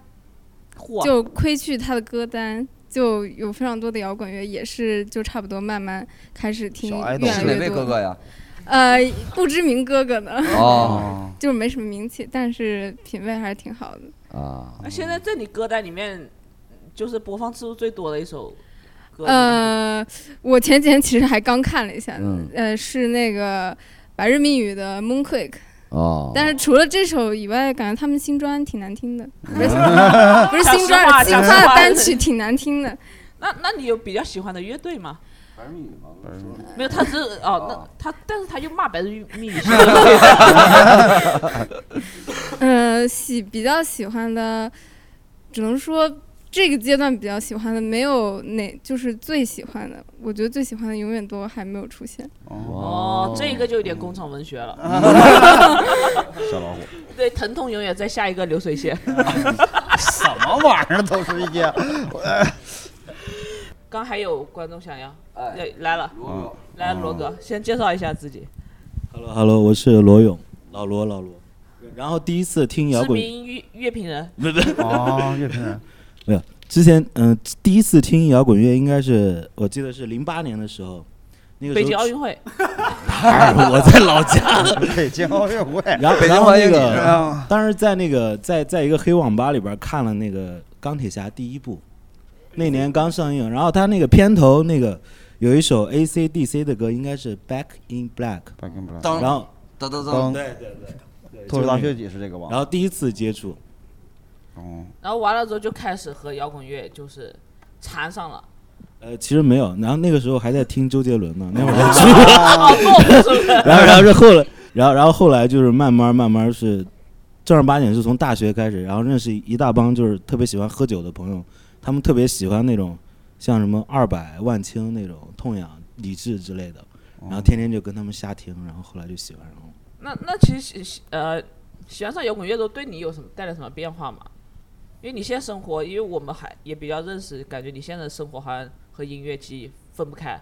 S3: 嚯
S12: 就窥去他的歌单。就有非常多的摇滚乐，也是就差不多慢慢开始听，
S6: 小爱
S12: 越
S6: 豆
S12: 来
S6: 是哪
S12: 越
S6: 位
S12: 多。
S6: 哥哥呀？
S12: 呃，不知名哥哥呢？
S6: 哦
S12: <laughs> 就是没什么名气，但是品味还是挺好的。
S6: 啊，
S2: 哦
S3: 那现在在你歌单里面，就是播放次数最多的一首歌，
S12: 呃，我前几天其实还刚看了一下，
S6: 嗯
S12: 呃，是那个《白日密语》的《Moonquake》。
S6: 哦，
S12: 但是除了这首以外，感觉他们新专挺难听的，不是新
S3: 嗯
S12: 不是新专
S3: 讲实话，
S12: 新
S3: 讲实
S12: 发的
S3: 话
S12: 单曲挺难听的。
S3: 那那你有比较喜欢的乐队吗？
S6: 白日密语吗？
S3: 没有，他是哦，那他，但是他又骂白日密语。 <laughs>
S12: 呃，喜比较喜欢的，只能说这个阶段比较喜欢的，没有哪就是最喜欢的。我觉得最喜欢的永远都还没有出现。
S3: 哦，这个就有点工厂 <laughs> 文学了。
S6: <laughs>
S2: 小老虎。
S3: 对，疼痛永远在下一个流水线。
S2: 什么玩意儿都是一些。
S3: <laughs> 刚还有观众想要，
S6: 要
S3: 来了，来哎罗哥，哦先介绍一下自己。
S8: Hello Hello，我是罗勇，老罗老罗。然后第一次听摇
S3: 知
S8: 滚，
S3: 名乐乐评人。
S8: 不不，
S2: 哦，乐评人，。
S8: 没有，之前嗯、第一次听摇滚乐应该是我记得是零八年的时候，那个时
S3: 北
S8: 候
S3: 京奥运
S8: <laughs>
S3: 会。
S8: 我在老家
S2: 北京奥运会
S8: 然后
S2: 北京
S8: 然后
S2: 欢迎
S8: 那
S2: 你是
S8: 个
S2: 吧，
S8: 当时在那个在在一个黑网吧里边看了那个钢铁侠第一部，那年刚上映。然后他那个片头那个有一首 A C D C 的歌，应该是 Back in Black。
S2: Back in Black
S8: 然后
S6: 当当
S2: 当
S8: 对对对对，
S2: 透视大
S8: 就那
S2: 学姐是这个吧
S8: 然后第一次接触，
S2: 哦，
S3: 然后完了之后就开始和摇滚乐就是缠上了。
S8: 呃，其实没有，然后那个时候还在听周杰伦 <laughs> 呢，那会儿
S3: 哦
S8: 还去
S3: 哦
S8: <laughs> 然后然后是后来，然后然后后来就是慢慢慢慢是正儿八经是从大学开始，然后认识一大帮就是特别喜欢喝酒的朋友，他们特别喜欢那种像什么二百万青那种痛痒理智之类的，然后天天就跟他们瞎听，然后后来就喜欢上了。
S3: 那那其实喜呃喜欢上摇滚乐之后对你有什么带来什么变化吗？因为你现在生活，因为我们还也比较认识，感觉你现在的生活好像和音乐其实分不开。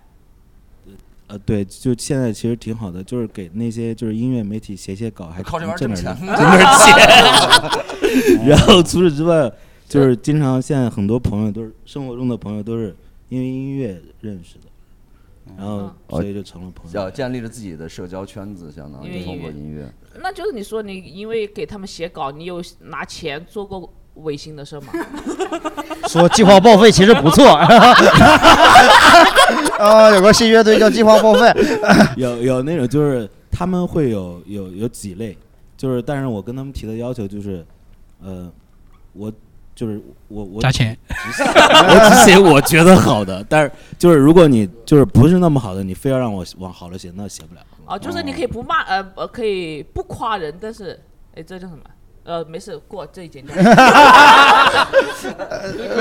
S8: 呃，对，就现在其实挺好的，就是给那些就是音乐媒体写写稿，还
S6: 靠这玩意儿
S8: 挣点
S6: 挣
S8: 儿
S6: 钱
S8: 钱，挣点
S6: <laughs>
S8: 儿钱。然后除此之外，就是经常现在很多朋友都是生活中的朋友，都是因为音乐认识的，然
S3: 嗯
S8: 后所以就成了朋友。
S6: 嗯要建立了自己的社交圈子，相当
S3: 因为
S6: 于通过
S3: 音
S6: 音乐。
S3: 那就是你说你因为给他们写稿，你有拿钱做过违心的事吗？ <laughs>
S2: 说计划报废其实不错， <laughs> 啊，有个新乐队叫计划报废，
S8: 有有那种就是他们会有有有几类，就是但是我跟他们提的要求就是，呃，我就是我我
S5: 加钱
S8: 我只写我觉得好的，但是就是如果你就是不是那么好的，你非要让我往好了写，那写不了。
S3: 啊，就是你可以不骂呃呃，可以不夸人，但是哎，这叫什么？呃，没事，过这 <laughs> 一节。
S5: 可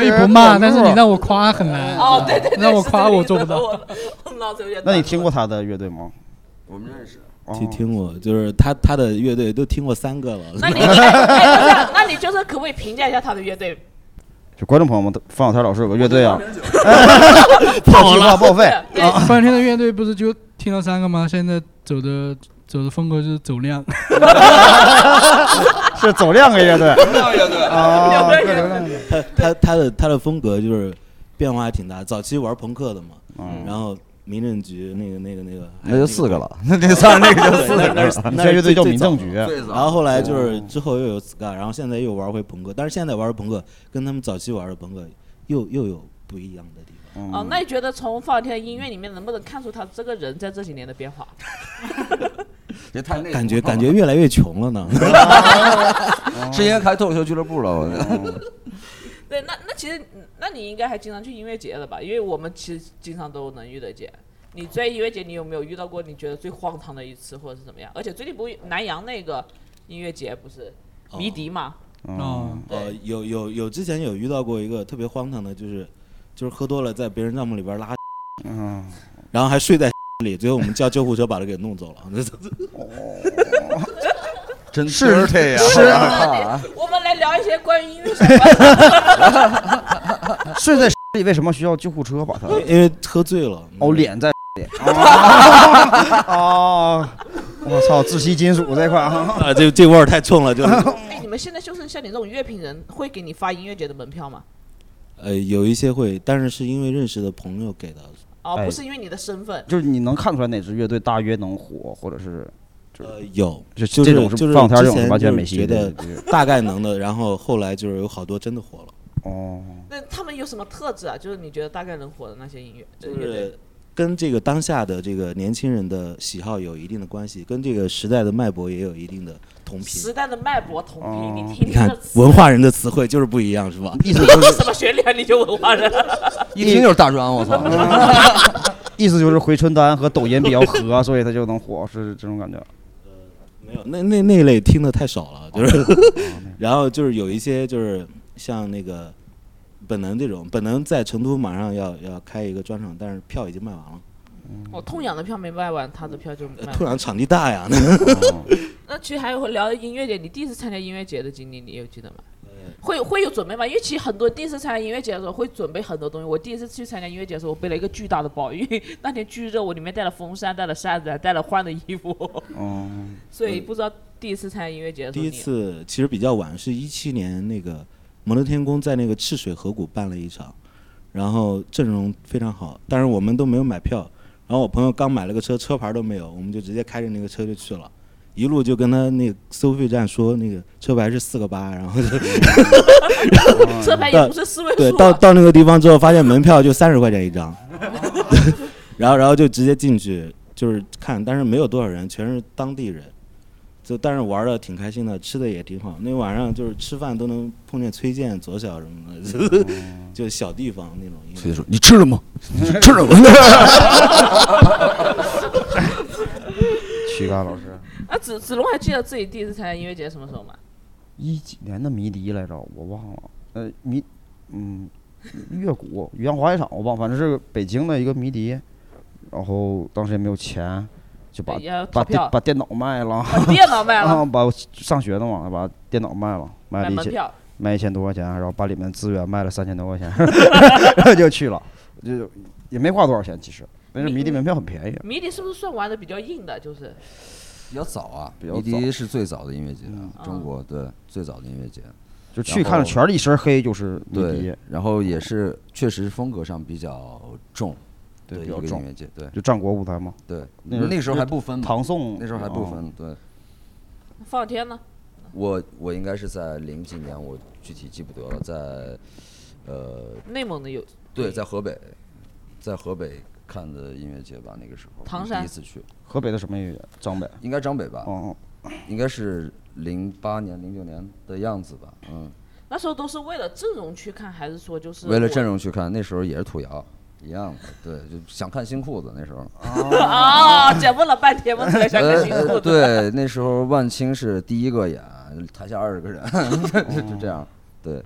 S5: 以不骂，但是你让我夸很难。
S3: 哦，对对对，
S5: 让我
S3: 是
S5: 夸
S3: 这个
S5: 我
S3: 意思
S5: 做不到。
S3: 我我脑子有点
S2: 那
S3: 短。
S2: 你听过他的乐队吗？哦
S6: 我们认识。啊
S8: 听听过，就是他他的乐队都听过三个了。
S3: 那
S8: <laughs>
S3: 你哎哎等一
S5: <laughs>
S3: 下那你就是可不可以评价一下他的乐队？
S2: 就观众朋友们，方小天老师有个乐队
S8: <laughs>
S2: 啊，
S5: 跑
S2: 计划报废啊，
S5: 半天的乐队不是就听了三个吗？现在走的走的风格就是走量。
S2: 是走量的乐队，啊，
S8: 对
S2: 对流量
S8: 他他他的他的风格就是变化还挺大，早期玩朋克的嘛，
S2: 哦
S8: 然后民政局那个那个那个，还有
S6: 那就
S8: 个
S6: 四个了 <laughs> 那就算是那哦个就四个了
S8: 对那是
S6: 你
S8: 那
S6: 这
S8: 是
S6: 乐队叫
S8: 最
S6: 民
S8: 早
S6: 政
S8: 的
S6: 局最早
S8: 然后后来就是之后又有 ska，然后现在又玩回朋克，但是现在玩的朋克跟他们早期玩的朋克又又有不一样的地方。
S3: 哦，那你觉得从范天的音乐里面能不能看出他这个人在这几年的变化？
S6: 别太那
S8: 感觉感觉越来越穷了呢。
S6: <laughs> 是因为开脱口秀俱乐部了，我觉得。
S3: 对，那那其实嗯那你应该还经常去音乐节了吧？因为我们其实经常都能遇得见。你在音乐节，你有没有遇到过你觉得最荒唐的一次，或者是怎么样？而且最近不南阳那个音乐节不是迷笛嘛？
S6: 嗯
S8: 哦，呃，有有有，之前有遇到过一个特别荒唐的，就是就是喝多了在别人帐篷里边拉，
S2: 嗯，
S8: 然后还睡在 <laughs> 里，最后我们叫救护车把他给弄走了。 <laughs>
S6: 哦真
S2: 是 dirty 呀是啊
S8: <laughs>
S3: 我们来聊一些关于音乐相关的。
S2: 睡在里为什么需要救护车把他？
S8: 因为喝醉了。
S2: 哦，脸
S8: <laughs>
S2: 在里。哦，我操，窒息金属这块啊，
S8: 啊，这这味儿太冲了， <laughs> 就
S3: 哎，你们现在就是像你这种乐评人，会给你发音乐节的门票吗？
S8: 呃有一些会，但是是因为认识的朋友给的。
S3: 哦，
S2: 哎
S3: 不是因为你的身份，
S2: 就是你能看出来哪支乐队大约能火，或者是呃
S8: 有，
S2: 就
S8: 就
S2: 这种
S8: 就是
S2: 放天这
S8: 之
S2: 种
S8: 前
S2: 是完全
S8: 就是
S2: 没戏
S8: 觉
S2: 的
S8: 得。大概能的，然后后来就是有好多真的火了。
S2: 哦，
S3: 那他们有什么特质啊？就是你觉得大概能火的那些音乐，就
S8: 就是跟这个当下的这个年轻人的喜好有一定的关系，跟这个时代的脉搏也有一定的同频。
S3: 时代的脉搏同频，
S2: 哦
S3: 你听
S8: 哦你看
S3: 这词
S8: 文化人的词汇就是不一样，是吧？
S2: 意
S3: 你 <laughs> 有什么学历啊？你就文化人，
S2: <laughs>
S6: 大专，我操！
S2: 意思就是回春丹和抖音比较合，啊所以他就能火，是这种感觉。
S8: 没有，那那那类听的太少
S2: 哦
S8: 了， <laughs>
S13: 哦
S8: 就是，
S2: <laughs>
S8: <laughs> 然后就是有一些就是像那个本能这种，本能在成都马上要要开一个专场，但是票已经卖完了，
S3: <laughs> 我痛痒的票没卖完，他的票就卖完了。
S8: <laughs> 突然场地大呀，那嗯
S3: 那其实还有聊音乐节，你第一次参加音乐节的经历，你有记得吗？会会有准备吗？因为其实很多人第一次参加音乐节的时候会准备很多东西。我第一次去参加音乐节的时候，我背了一个巨大的包，因为那天巨热，我里面带了风扇、带了扇子、还带了换的衣服，
S8: <laughs>
S2: 哦，
S3: 所以不知道第一次参加音乐节的时
S8: 嗯第
S3: 候呃你，
S8: 一次其实比较晚，是一七年那个摩登天空在那个赤水河谷办了一场，然后阵容非常好，但是我们都没有买票。然后我朋友刚买了个车，车牌都没有，我们就直接开着那个车就去了，一路就跟他那个收费站说那个车牌是四个八，然后就 <laughs>
S3: 车牌也
S8: 到
S3: 不是四位数啊
S8: 对，到到那个地方之后，发现门票就三十块钱一张，然后然后就直接进去就是看，但是没有多少人，全是当地人，就但是玩的挺开心的，吃的也挺好。那晚上就是吃饭都能碰见崔健、左小什么的，就就小地方那种。
S6: 哦崔健说：“你吃了
S8: <laughs>
S6: 吗？吃了吗？”
S2: 曲嘎老师，
S3: 啊，子子龙还记得自己第一次参加音乐节什么时候吗？
S2: 一几年的迷笛来着，我忘了，呃，迷，嗯，乐谷渔阳滑雪场我忘，反正是北京的一个迷笛，然后当时也没有钱，就把
S3: 哎呀
S2: 把
S3: 套票
S2: 电把电脑卖了，
S3: 把电脑卖了
S2: 啊， <laughs> 把我上学的嘛，把电脑卖了，卖了
S3: 买
S2: 一
S3: 门
S2: 千
S3: 票，
S2: 卖一千多块钱，然后把里面资源卖了三千多块
S3: <laughs>
S2: 钱，就去了，就也没花多少钱，其实，但是迷笛门票很便宜，
S3: 迷笛是不是算玩的比较硬的？就是
S6: 比较早啊，
S2: 比较
S6: 迷
S2: 早
S6: 笛是最早的音乐节啊，中国
S3: 嗯
S6: 对最早的音乐节，
S2: 就去看了
S6: 全。
S2: 全是一身黑，就是迷笛
S6: 对。，然后也是确实风格上比较重，
S2: 对
S6: 对
S2: 比较
S6: 一个
S2: 重
S6: 音乐节，对
S2: 就战国舞台嘛。
S6: 对，
S2: 那时候
S6: 那时候还不分嘛
S2: 唐宋
S6: 那时候还不分
S2: 哦，
S6: 对
S3: 放天呢？
S6: 我我应该是在零几年，我具体记不得了，在呃
S3: 内蒙的有
S6: 对，在河北，在河北看的音乐节吧，那个时候
S3: 唐
S6: 第
S3: 山
S6: 一次去，
S2: 河北的什么音乐节？张北。
S6: 应该张北吧，
S2: 哦，
S6: 应该是零八年零九年的样子吧，嗯，
S3: 那时候都是为了阵容去看，还是说就是
S6: 为了阵容去看，那时候也是土窑。一样的，对，就想看新裤子那时候。
S3: <laughs> 啊？姐问了半天，问出来想看新
S6: <laughs>
S3: 裤
S6: 呃，
S3: 子。
S6: 对，那时候万青是第一个演，台下二十个人， <laughs> 就这
S2: 哦
S6: 样。对，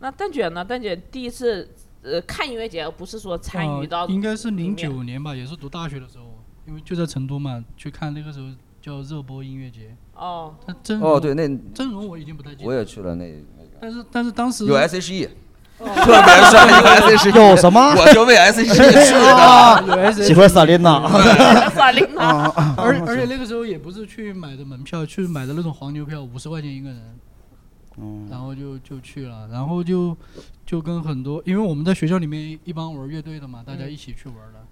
S3: 那蛋卷呢？蛋卷第一次呃看音乐节，而不是说参与到、
S5: 呃应该是零九年吧，也是读大学的时候，因为就在成都嘛，去看那个时候叫热播音乐节。
S3: 哦，
S5: 他真
S6: 哦对那
S5: 阵容我已经不太记
S6: 我
S5: 得，
S6: 也去了那那个。
S5: 但是但是当时哦
S6: 有 E SHE，特别帅，有 SHE，
S2: 有什么
S6: 我就
S2: <laughs>
S6: 为 SHE 去
S2: 啊
S6: 的。
S2: 喜欢萨琳娜。
S3: 萨琳
S5: 娜
S2: 啊
S5: E 而而且那个时候也不是去买的门票，去买的那种黄牛票，五十块钱一个人。
S2: 哦
S5: 然后就就去了，然后就就跟很多，因为我们在学校里面一帮玩乐队的嘛，大家一起去玩的。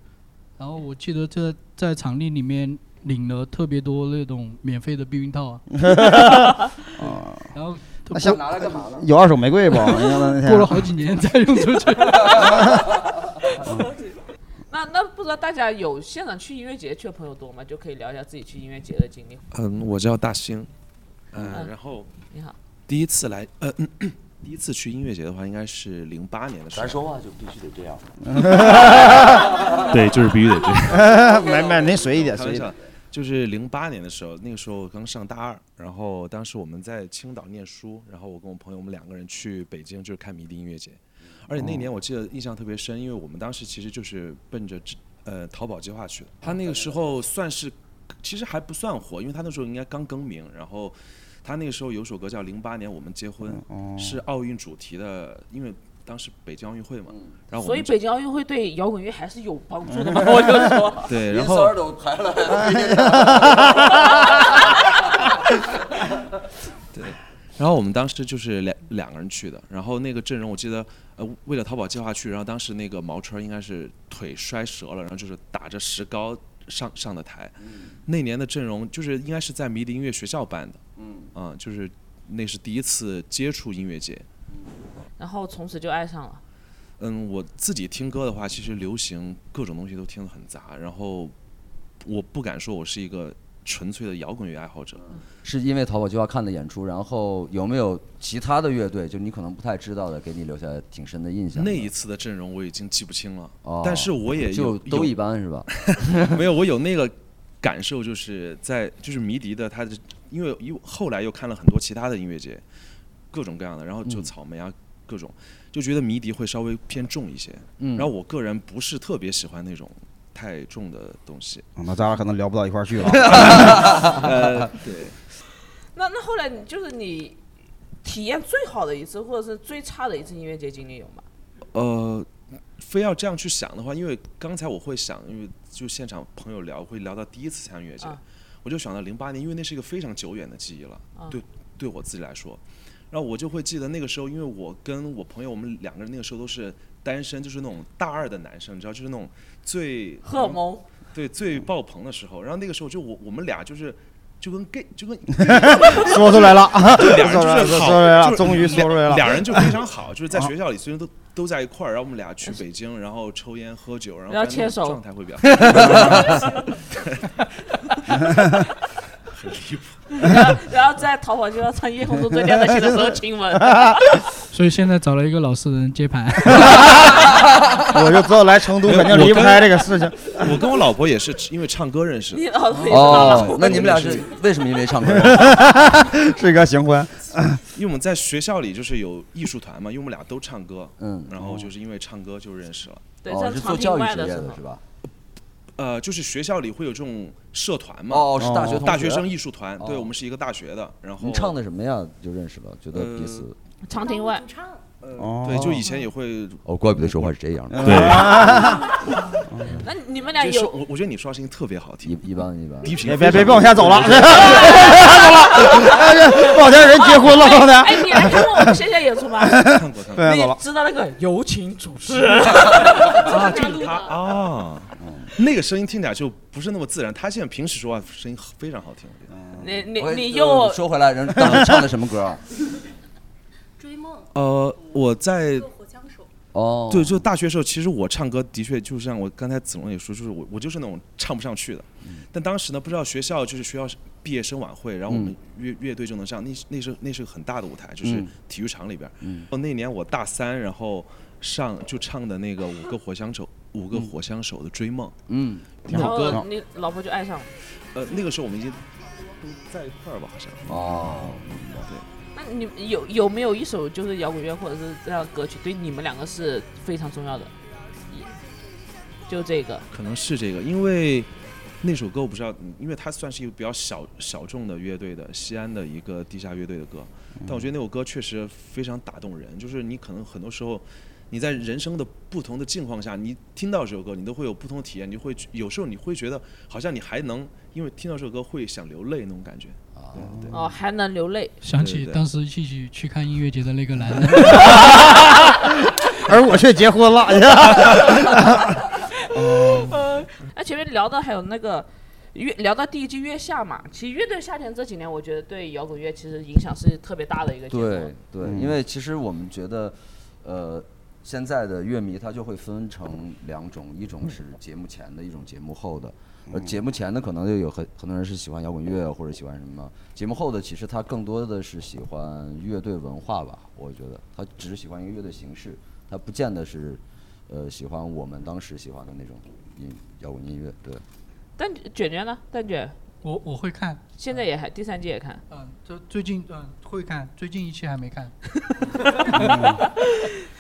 S5: 然后我记得这在场地里面领了特别多那种免费的避孕套啊。 <laughs> 然后
S2: 那像有二手玫瑰不？你看那天啊
S5: 过了好几年再用
S2: <laughs>
S5: 出去。
S3: <laughs> 那那不知道大家有现场去音乐节去的朋友多吗？就可以聊一下自己去音乐节的经历。
S1: 嗯，我叫大兴，嗯、
S3: 嗯
S1: 然后
S3: 你好，
S1: 第一次来，呃，嗯第一次去音乐节的话，应该是零八年的时候。
S6: 咱说话就必须得这
S1: <laughs>
S6: 样
S1: <laughs>
S6: <laughs>
S1: 对，就是必须得
S2: <laughs> 这没没您随意点
S1: 开玩
S2: 随意
S1: 笑
S2: 点
S1: 就是零八年的时候，那个时候我刚上大二，然后当时我们在青岛念书，然后我跟我朋友我们两个人去北京，就是看迷笛音乐节。而且那
S2: 哦
S1: 年我记得印象特别深，因为我们当时其实就是奔着这呃淘宝计划去的。他那个时候算是其实还不算火，因为他那时候应该刚更名，然后他那个时候有首歌叫《零八年我们结婚》，
S2: 哦
S1: 是奥运主题的，因为当时北京奥运会嘛，然
S3: 嗯
S1: 后我
S3: 所以
S1: 们
S3: 北京奥运会对摇滚乐还是有帮助
S1: <laughs>
S3: 的嘛？我就说， <laughs>
S1: 对，然后
S6: 都
S2: 哎
S6: 排了。 <laughs>
S1: 对，然后我们当时就是两两个人去的，然后那个阵容我记得，呃，为了淘宝计划去，然后当时那个毛川应该是腿摔折了，然后就是打着石膏上上的台。那年的阵容就是应该是在迷笛音乐学校办的，
S6: 嗯，
S1: 啊、就是那是第一次接触音乐节。
S3: 然后从此就爱上了。
S1: 嗯，我自己听歌的话，其实流行各种东西都听得很杂，然后我不敢说我是一个纯粹的摇滚乐爱好者，
S6: 是因为淘宝计划看的演出，然后有没有其他的乐队，就你可能不太知道的，给你留下挺深的印象？
S1: 那一次的阵容我已经记不清了，
S6: 哦
S1: 但是我也
S6: 就
S1: 有
S6: 都一般是吧？
S1: 有 <laughs> 没有，我有那个感受，就是在就是迷笛的他的，因为因为后来又看了很多其他的音乐节，各种各样的，然后就草莓啊、各种，就觉得迷笛会稍微偏重一些。
S6: 嗯
S1: 然后我个人不是特别喜欢那种太重的东西。
S2: 啊哦那咱俩可能聊不到一块儿去了。
S1: <laughs>
S6: <laughs>
S1: 呃，对。
S3: 那那后来你就是你体验最好的一次，或者是最差的一次音乐节经历有吗？ <laughs>
S1: 呃，非要这样去想的话，因为刚才我会想，因为就现场朋友聊会聊到第一次参与音乐节，
S3: 啊
S1: 我就想到零八年，因为那是一个非常久远的记忆了，
S3: 啊
S1: 对对我自己来说，然后我就会记得那个时候，因为我跟我朋友我们两个人那个时候都是单身，就是那种大二的男生，你知道，就是那种最
S3: 荷尔蒙
S1: 对最爆棚的时候，然后那个时候就我我们俩就是。就跟 gay 就跟
S2: <laughs>
S1: <laughs>
S2: 说出来了
S1: 就俩人
S2: 说
S1: 就
S2: 出来了
S1: 是
S2: 说
S1: 好
S2: 出来了
S1: 就是
S2: 终于说出来了
S1: 俩俩人就非常好，就是在
S2: 啊
S1: 学校里虽然都都在一块儿，然后我们俩去北京，然后抽烟喝酒，然后
S3: 然后
S1: 但
S3: 牵
S1: 那种
S3: 手
S1: 状态会比较
S3: 然后
S1: 很离谱。
S3: 然后在逃跑街上唱《夜空中最亮的星》的时候亲 <laughs> 吻。
S5: 所以现在找了一个老实人接盘。
S2: <laughs> 我就知道来成都肯定离不开这个事情。
S1: 我跟我老婆也是因为唱歌认识的。
S3: <laughs> 你老婆也是
S6: 哦，那你们俩是为什么因为唱歌？
S2: <laughs> 是一个行
S6: <laughs>
S2: 婚。
S1: 因为我们在学校里就是有艺术团嘛，因为我们俩都唱歌，
S6: 嗯，
S1: 然后就是因为唱歌就认识了。
S3: 对哦在是做教育职业的是
S6: 吧？
S1: 呃，就是学校里会有这种社团嘛。
S6: 哦是大学同学
S1: 大学生艺术团，对
S6: 哦
S1: 我们是一个大学的。然后呃
S6: 你唱的什么呀？就认识了，觉得彼此。
S3: 长亭外，
S6: 哦
S1: 对，就以前也会。
S6: 哦，怪不得说话是这样
S2: 嗯
S6: 的。
S1: <laughs> 对
S3: <laughs> 那你们俩
S1: 就说
S3: 有
S1: 我我觉得你说话声音特别好听，
S6: 一一般一般。
S1: 低频
S2: 哎别别
S1: 非常。
S2: 别别往下走
S1: <laughs>
S2: 了别
S3: 走
S2: 了哎呀不好意思人结婚了刚才
S3: 哎，哎你来看过 <laughs> 我们线下演出吗？
S1: 看过看
S6: 啊
S1: 过
S3: 你知道那个有请主 <laughs> 持人
S1: 啊，就是他啊，那个声音听起来就不是那么自然。他现在平时说话声音非常好听，我觉得。
S3: 你你
S6: 我
S3: 你
S6: 呃
S3: 用我
S6: 说回来，人当时唱的什么歌啊？
S1: 呃，我在
S6: 哦
S1: 对，就大学时候，其实我唱歌的确就像我刚才子龙也说，就是我我就是那种唱不上去的。但当时呢，不知道学校就是学校毕业生晚会，然后我们乐乐队就能上，那是那是那是个很大的舞台，就是
S6: 嗯
S1: 体育场里边儿。
S6: 嗯
S1: 哦，那年我大三，然后上就唱的那个五个火枪手，五个火枪手的追梦。
S6: 嗯，
S1: 那
S3: 然
S1: 首
S3: 后
S1: 歌，
S3: 你老婆就爱上了。
S1: 呃，那个时候我们已经都在一块儿吧，好像。
S6: 哦，
S1: 对。
S3: 那你们有有没有一首就是摇滚乐或者是这样的歌曲对你们两个是非常重要的？就这个，
S1: 可能是这个，因为那首歌我不知道，嗯因为它算是一个比较小小众的乐队的西安的一个地下乐队的歌，但我觉得那首歌确实非常打动人。就是你可能很多时候你在人生的不同的境况下，你听到这首歌，你都会有不同的体验，你就会有时候你会觉得好像你还能因为听到这首歌会想流泪那种感觉。对对
S3: 哦，还能流泪。
S5: <laughs> 想
S1: 对
S5: 起
S1: 对
S5: 当时一起去看音乐节的那个男人，
S2: <laughs> 而我却结婚了。 <laughs> 哦
S3: 呃，那前面聊到还有那个月，聊到第一季月下嘛，其实乐队夏天这几年，我觉得对摇滚乐其实影响是特别大的一个结果。
S6: 对对，
S2: 嗯
S6: 因为其实我们觉得，呃，现在的乐迷他就会分成两种，一种是节目前的，一种节目后的。而
S2: 嗯
S6: 节目前的可能就有很很多人是喜欢摇滚乐啊或者喜欢什么，节目后的其实他更多的是喜欢乐队文化吧，我觉得他只是喜欢一个乐队形式，他不见得是，呃，喜欢我们当时喜欢的那种音摇滚音乐。对，
S3: 但卷卷呢？蛋卷
S5: 我我会看，
S3: 现在也还第三季也看。
S5: 嗯，就最近嗯会看，最近一期还没
S3: <laughs>
S5: 看。 <laughs> 嗯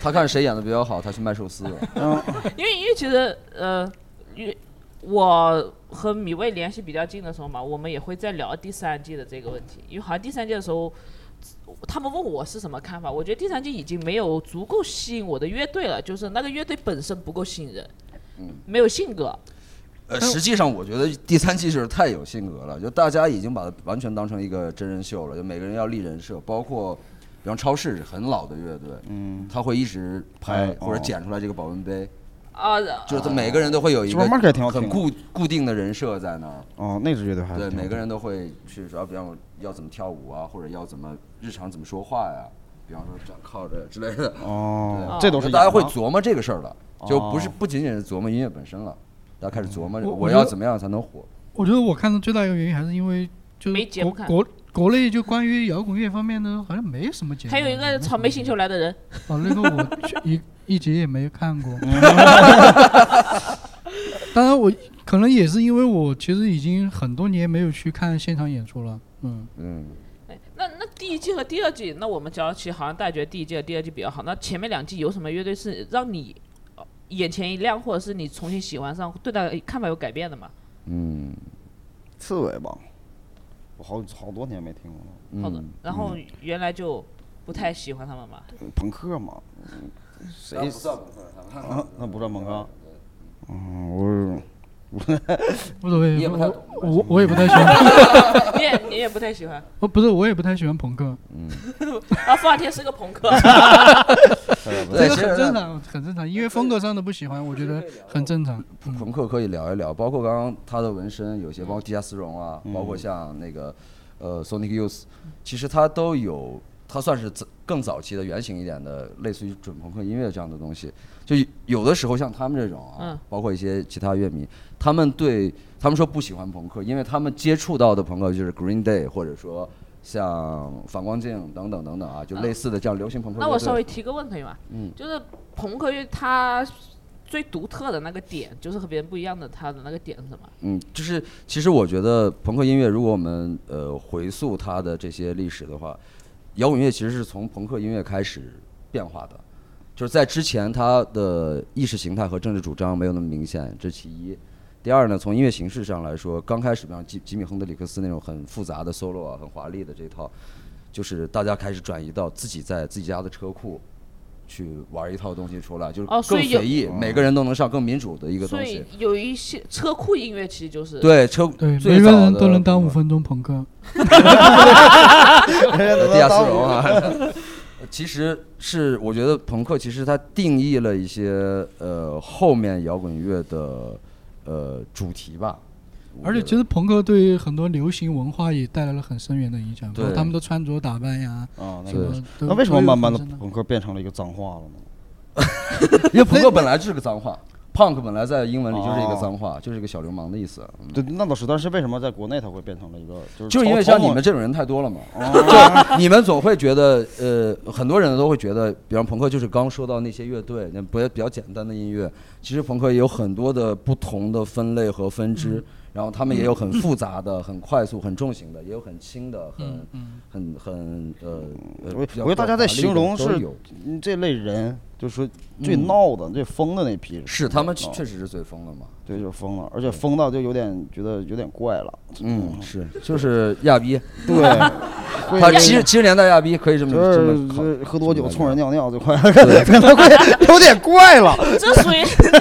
S6: 他看谁演的比较好，他去卖寿司了。
S2: <laughs>
S3: 因为因为其实呃，因为我和米未联系比较近的时候嘛，我们也会在聊第三季的这个问题，因为好像第三季的时候。他们问我是什么看法，我觉得第三季已经没有足够吸引我的乐队了，就是那个乐队本身不够吸引人，
S6: 嗯
S3: 没有性格。
S2: 哎
S6: 呃，实际上我觉得第三季就是太有性格了，就大家已经把它完全当成一个真人秀了，就每个人要立人设，包括比方超市是很老的乐队，
S2: 嗯，
S6: 他会一直
S2: 拍
S6: 拍或者
S2: 哦
S6: 剪出来这个保温杯，
S3: 啊，
S6: 就是他每个人都会有一
S2: 这玩意儿
S6: 个
S2: 也挺好听
S6: 很
S2: 的
S6: 固固定的人设在那儿。
S2: 哦，那支乐队还
S6: 对，
S2: 挺好
S6: 每个
S2: 听
S6: 人都会去说，比方我要怎么跳舞啊，或者要怎么日常怎么说话呀，比方说这样靠着之类的。
S2: 哦
S6: 对啊
S2: 这都是
S6: 大家
S2: 演
S6: 会
S2: 吗
S6: 琢磨这个事儿了，就不是
S2: 哦嗯
S6: 不仅仅是琢磨音乐本身了，大家开始琢磨
S5: 我
S6: 我
S5: 我
S6: 要
S5: 觉得
S6: 怎么样才能火。
S5: 我觉得我看的最大一个原因还是因为就是
S3: 节
S5: 国
S3: 目看
S5: 国国内就关于摇滚乐方面的好像没什么节目。
S3: 还有一个草莓星球来的人，
S5: 哦，那个我去一一集也没看过。
S6: 嗯
S5: <laughs> 当然，我可能也是因为我其实已经很多年没有去看现场演出了。嗯
S6: 嗯，
S3: 那那第一季和第二季，那我们讲起好像大家觉得第一季和第二季比较好。那前面两季有什么乐队是让你呃眼前一亮，或者是你重新喜欢上，对他看法有改变的吗？
S6: 嗯，
S2: 刺猬吧，我好好多年没听过了。
S5: 嗯
S3: 好的，然后原来就不太喜欢他们吧？
S2: 朋克嘛，嗯
S6: 那
S2: 谁
S6: 不算朋克他们
S2: 啊？那不算朋克。嗯，我是 <laughs>
S5: 无所谓，
S6: 你也不太
S5: 我
S6: 懂
S5: 我我也不太喜欢。
S3: <laughs> 你也你也不太喜欢。
S5: 我不是，我也不太喜欢朋克。。
S6: 嗯，
S3: <laughs> 啊，付二天是个
S6: <laughs>
S3: 朋克
S5: <laughs> 这个很正常，很正常，因为风格上的不喜欢，我觉得很正常。
S3: 嗯
S6: 朋克可以聊一聊，包括刚刚他的纹身，有些包括地下丝绒啊，包
S3: 嗯
S6: 括像那个呃 Sonic Youth，其实他都有，他算是早更早期的原型一点的，类似于准朋克音乐这样的东西。就有的时候像他们这种啊
S3: 嗯，
S6: 包括一些其他乐迷，他们对他们说不喜欢朋克，因为他们接触到的朋克就是 Green Day 或者说像反光镜等等等等啊，就类似的这样流行朋克乐队。
S3: 那我稍微提个问可以吗？
S6: 嗯
S3: 就是朋克乐它最独特的那个点，就是和别人不一样的，它的那个点是什么？
S6: 嗯，就是其实我觉得朋克音乐，如果我们呃回溯它的这些历史的话，摇滚乐其实是从朋克音乐开始变化的，就是在之前它的意识形态和政治主张没有那么明显，这是其一。第二呢，从音乐形式上来说，刚开始像吉吉米亨德里克斯那种很复杂的 solo 啊，很华丽的这套，就是大家开始转移到自己在自己家的车库。去玩一套东西出来，就是
S3: 哦
S6: 更
S3: 所以有
S6: 随意，每个人都能上更民主的一个东
S3: 所
S6: 西。
S3: 以有一些车库音乐其实就是
S6: 对车
S5: 对，
S6: 最
S5: 每个人
S6: 早
S5: 都
S6: 的
S5: 能当五分钟朋
S6: <laughs>
S5: 克。
S6: 地下丝绒啊。 <laughs> 其实是我觉得朋克其实它定义了一些呃后面摇滚乐的呃主题吧。
S5: 而且其实朋克对于很多流行文化也带来了很深远的影响，包括
S2: 对
S5: 他们的穿着打扮呀，
S2: 啊，
S6: 哦
S2: 那
S5: 什
S2: 个
S5: 么
S2: 是
S5: 都
S2: 那为什么
S5: 都有
S2: 慢慢
S5: 很
S2: 的
S5: 深
S2: 朋克变成了一个脏话了呢？
S6: <laughs> 因为朋克本来就是个脏话，punk 本来在英文里就是一个脏话，就是一个小流氓的意思。嗯
S2: 哦对，那倒是，但是为什么在国内它会变成了一个就是啊
S6: 就是因为像你们这种人太多了嘛，
S2: 哦
S6: 就 <laughs> 你们总会觉得，呃，很多人都会觉得，比方朋克就是刚说到那些乐队，那不比较简单的音乐，其实朋克也有很多的不同的分类和分支，
S8: 嗯
S6: 然后他们也有很复杂的、很快速、很重型的，也有很轻的、很、
S8: 嗯
S6: 很很呃，呃
S2: 我
S6: 比较
S2: 我觉得大家在
S6: 华丽的
S2: 形容
S6: 都
S2: 是
S6: 有
S2: 嗯这类人，就是说最
S6: 嗯
S2: 闹的、最疯的那批人。
S6: 是他们
S2: 啊
S6: 确实是最疯的嘛，
S2: 对，就是疯了，而且疯到就有点觉得有点怪了。
S6: 嗯，是就是亚逼， <laughs>
S2: 对会
S6: 他
S2: 有
S6: 七
S2: 点
S6: 十七十年代亚逼可以这么
S2: 就
S6: 这么
S2: 是
S6: 考
S2: 就是喝多
S6: 这么
S2: 酒
S6: 来
S2: 冲人尿尿这
S6: <laughs>
S2: 块，
S6: 对，
S2: 可能会有点怪
S7: <laughs>
S2: 了。
S3: <laughs> 这属于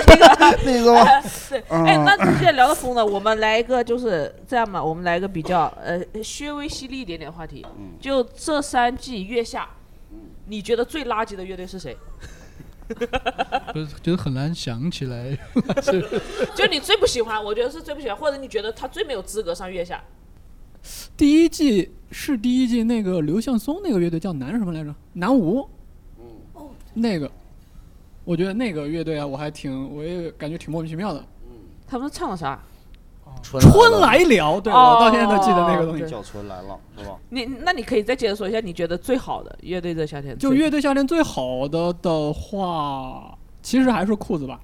S3: 那个
S2: <laughs> 那意思吗
S3: <laughs> 哎对，哎，
S2: 嗯
S3: 那既然聊到疯了，我们来一个就是这样嘛，我们来一个比较呃，稍微犀利一点点的话题。
S2: 嗯
S3: 就这三季月下，你觉得最垃圾的乐队是谁？ <laughs>
S5: 不是就是很难想起
S2: <laughs>
S5: 来。
S3: 就你最不喜欢，我觉得是最不喜欢，或者你觉得他最没有资格上月下。
S7: 第一季是第一季那个刘向松那个乐队叫南什么来着？南无。
S3: 嗯
S7: 那个，我觉得那个乐队啊，我还挺，我也感觉挺莫名其妙的。
S3: 他们唱了啥？哦
S7: 春来了，对我到现在都记得那个东西。
S2: 哦叫春来了，是吧？
S3: 你那你可以再接着说一下，你觉得最好的乐队这夏天
S7: 就
S3: 最
S7: 乐队夏天最好的的话，其实还是裤子吧。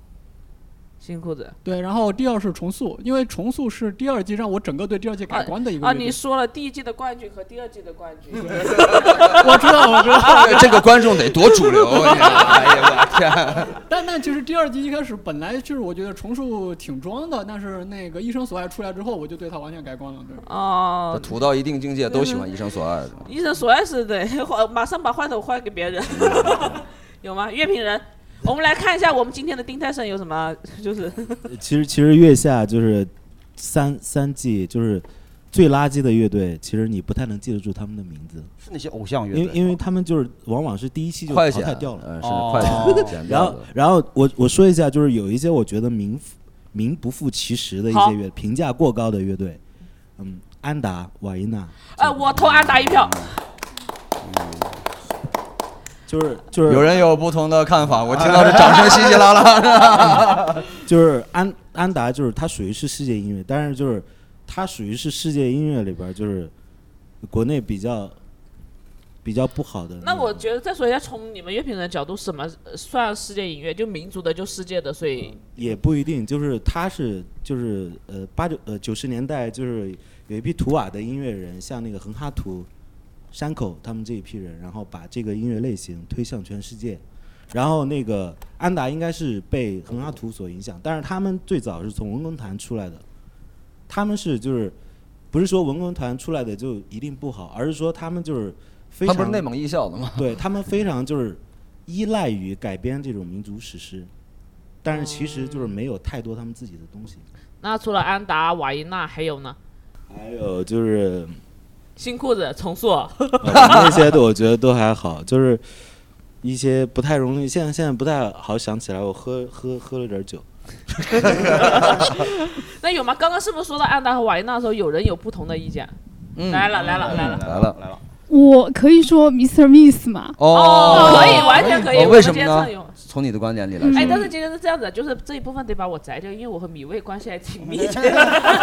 S3: 新裤子
S7: 对，然后第二是重塑，因为重塑是第二季让我整个对第二季改观的一个
S3: 啊，
S7: 乐队
S3: 你说了第一季的冠军和第二季的冠军，
S2: 嗯
S7: 我
S3: 我
S7: 知 <laughs> 道，我知道 <laughs>
S6: 这个观众得多主流 <laughs> 啊！你哎呀，我 <laughs> 天！
S7: <laughs> 但但其实第二季一开始本来就是我觉得重塑挺装的，但是那个《一生所爱》出来之后，我就对他完全改观了。对，
S3: <laughs> 哦，
S6: 土到一定境界都喜欢一生所爱的。
S3: 医生所爱是的， <laughs> 换马上把话筒换给别人， <laughs> 有吗？乐评人，我们来看一下我们今天的丁泰森有什么， <laughs> 就是
S8: 呃其实其实月下就是三三季就是最垃圾的乐队，其实你不太能记得住他们的名字，
S2: 是那些偶像乐
S8: 因为
S2: 队。
S8: 因为他们就是往往是第一期就
S6: 快
S8: 淘
S6: 剪
S8: 汰掉了，
S6: 呃是
S2: 哦
S6: 快剪剪
S8: 然
S6: 掉
S8: 后
S6: 的。
S8: 然后我我说一下，就是有一些我觉得名副名不副其实的一
S3: 好
S8: 些乐评价过高的乐队，嗯，安达、瓦伊娜，
S3: 呃，我投安达一票，
S8: 就是就是啊
S6: 有人有不同的看法，我听到这掌声稀稀拉
S8: <laughs>
S6: 拉。
S8: 嗯就是安安达，就是它属于是世界音乐，但是就是它属于是世界音乐里边儿就是国内比较比较不好的。
S3: 那我觉得再说一下，从你们乐评人的角度，什么呃算世界音乐？就民族的，就世界的，所以
S8: 也不一定，就是他是就是呃八九呃九十年代就是有一批图瓦的音乐人，像那个恒哈图、山口他们这一批人，然后把这个音乐类型推向全世界。然后那个安达应该是被恒哈图所影响，但是他们最早是从文工团出来的，他们是就是不是说文工团出来的就一定不好，而是说他们就是非
S6: 他
S8: 常
S6: 不是内蒙艺校的吗？
S8: 对他们非常就是依赖于改编这种民族史诗，但是其实就是没有太多他们自己的东西。
S3: 那除了安达、瓦依娜，还有呢？
S8: 还有呃就是
S3: 新裤子、重塑，
S8: <laughs> 那些的，我觉得都还好，就是一些不太容易，现在现在不太好想起来。我喝喝喝了点酒，
S3: <laughs> 那有吗？刚刚是不是说到安达和瓦依娜的时候，有人有不同的意见？
S8: 嗯
S3: 来了来了来了，
S6: 嗯来了来了，
S14: 我可以说 Mr. Miss 吗？
S6: 哦
S3: 可以完全可以
S6: 哦
S3: 我
S6: 为
S3: 们
S6: 什么
S3: 今天
S6: 呢
S3: 蹭一会儿？
S6: 从你的观点里来说，
S3: 哎，但是今天是这样子，就是这一部分得把我摘掉，因为我和米未关系还挺密切。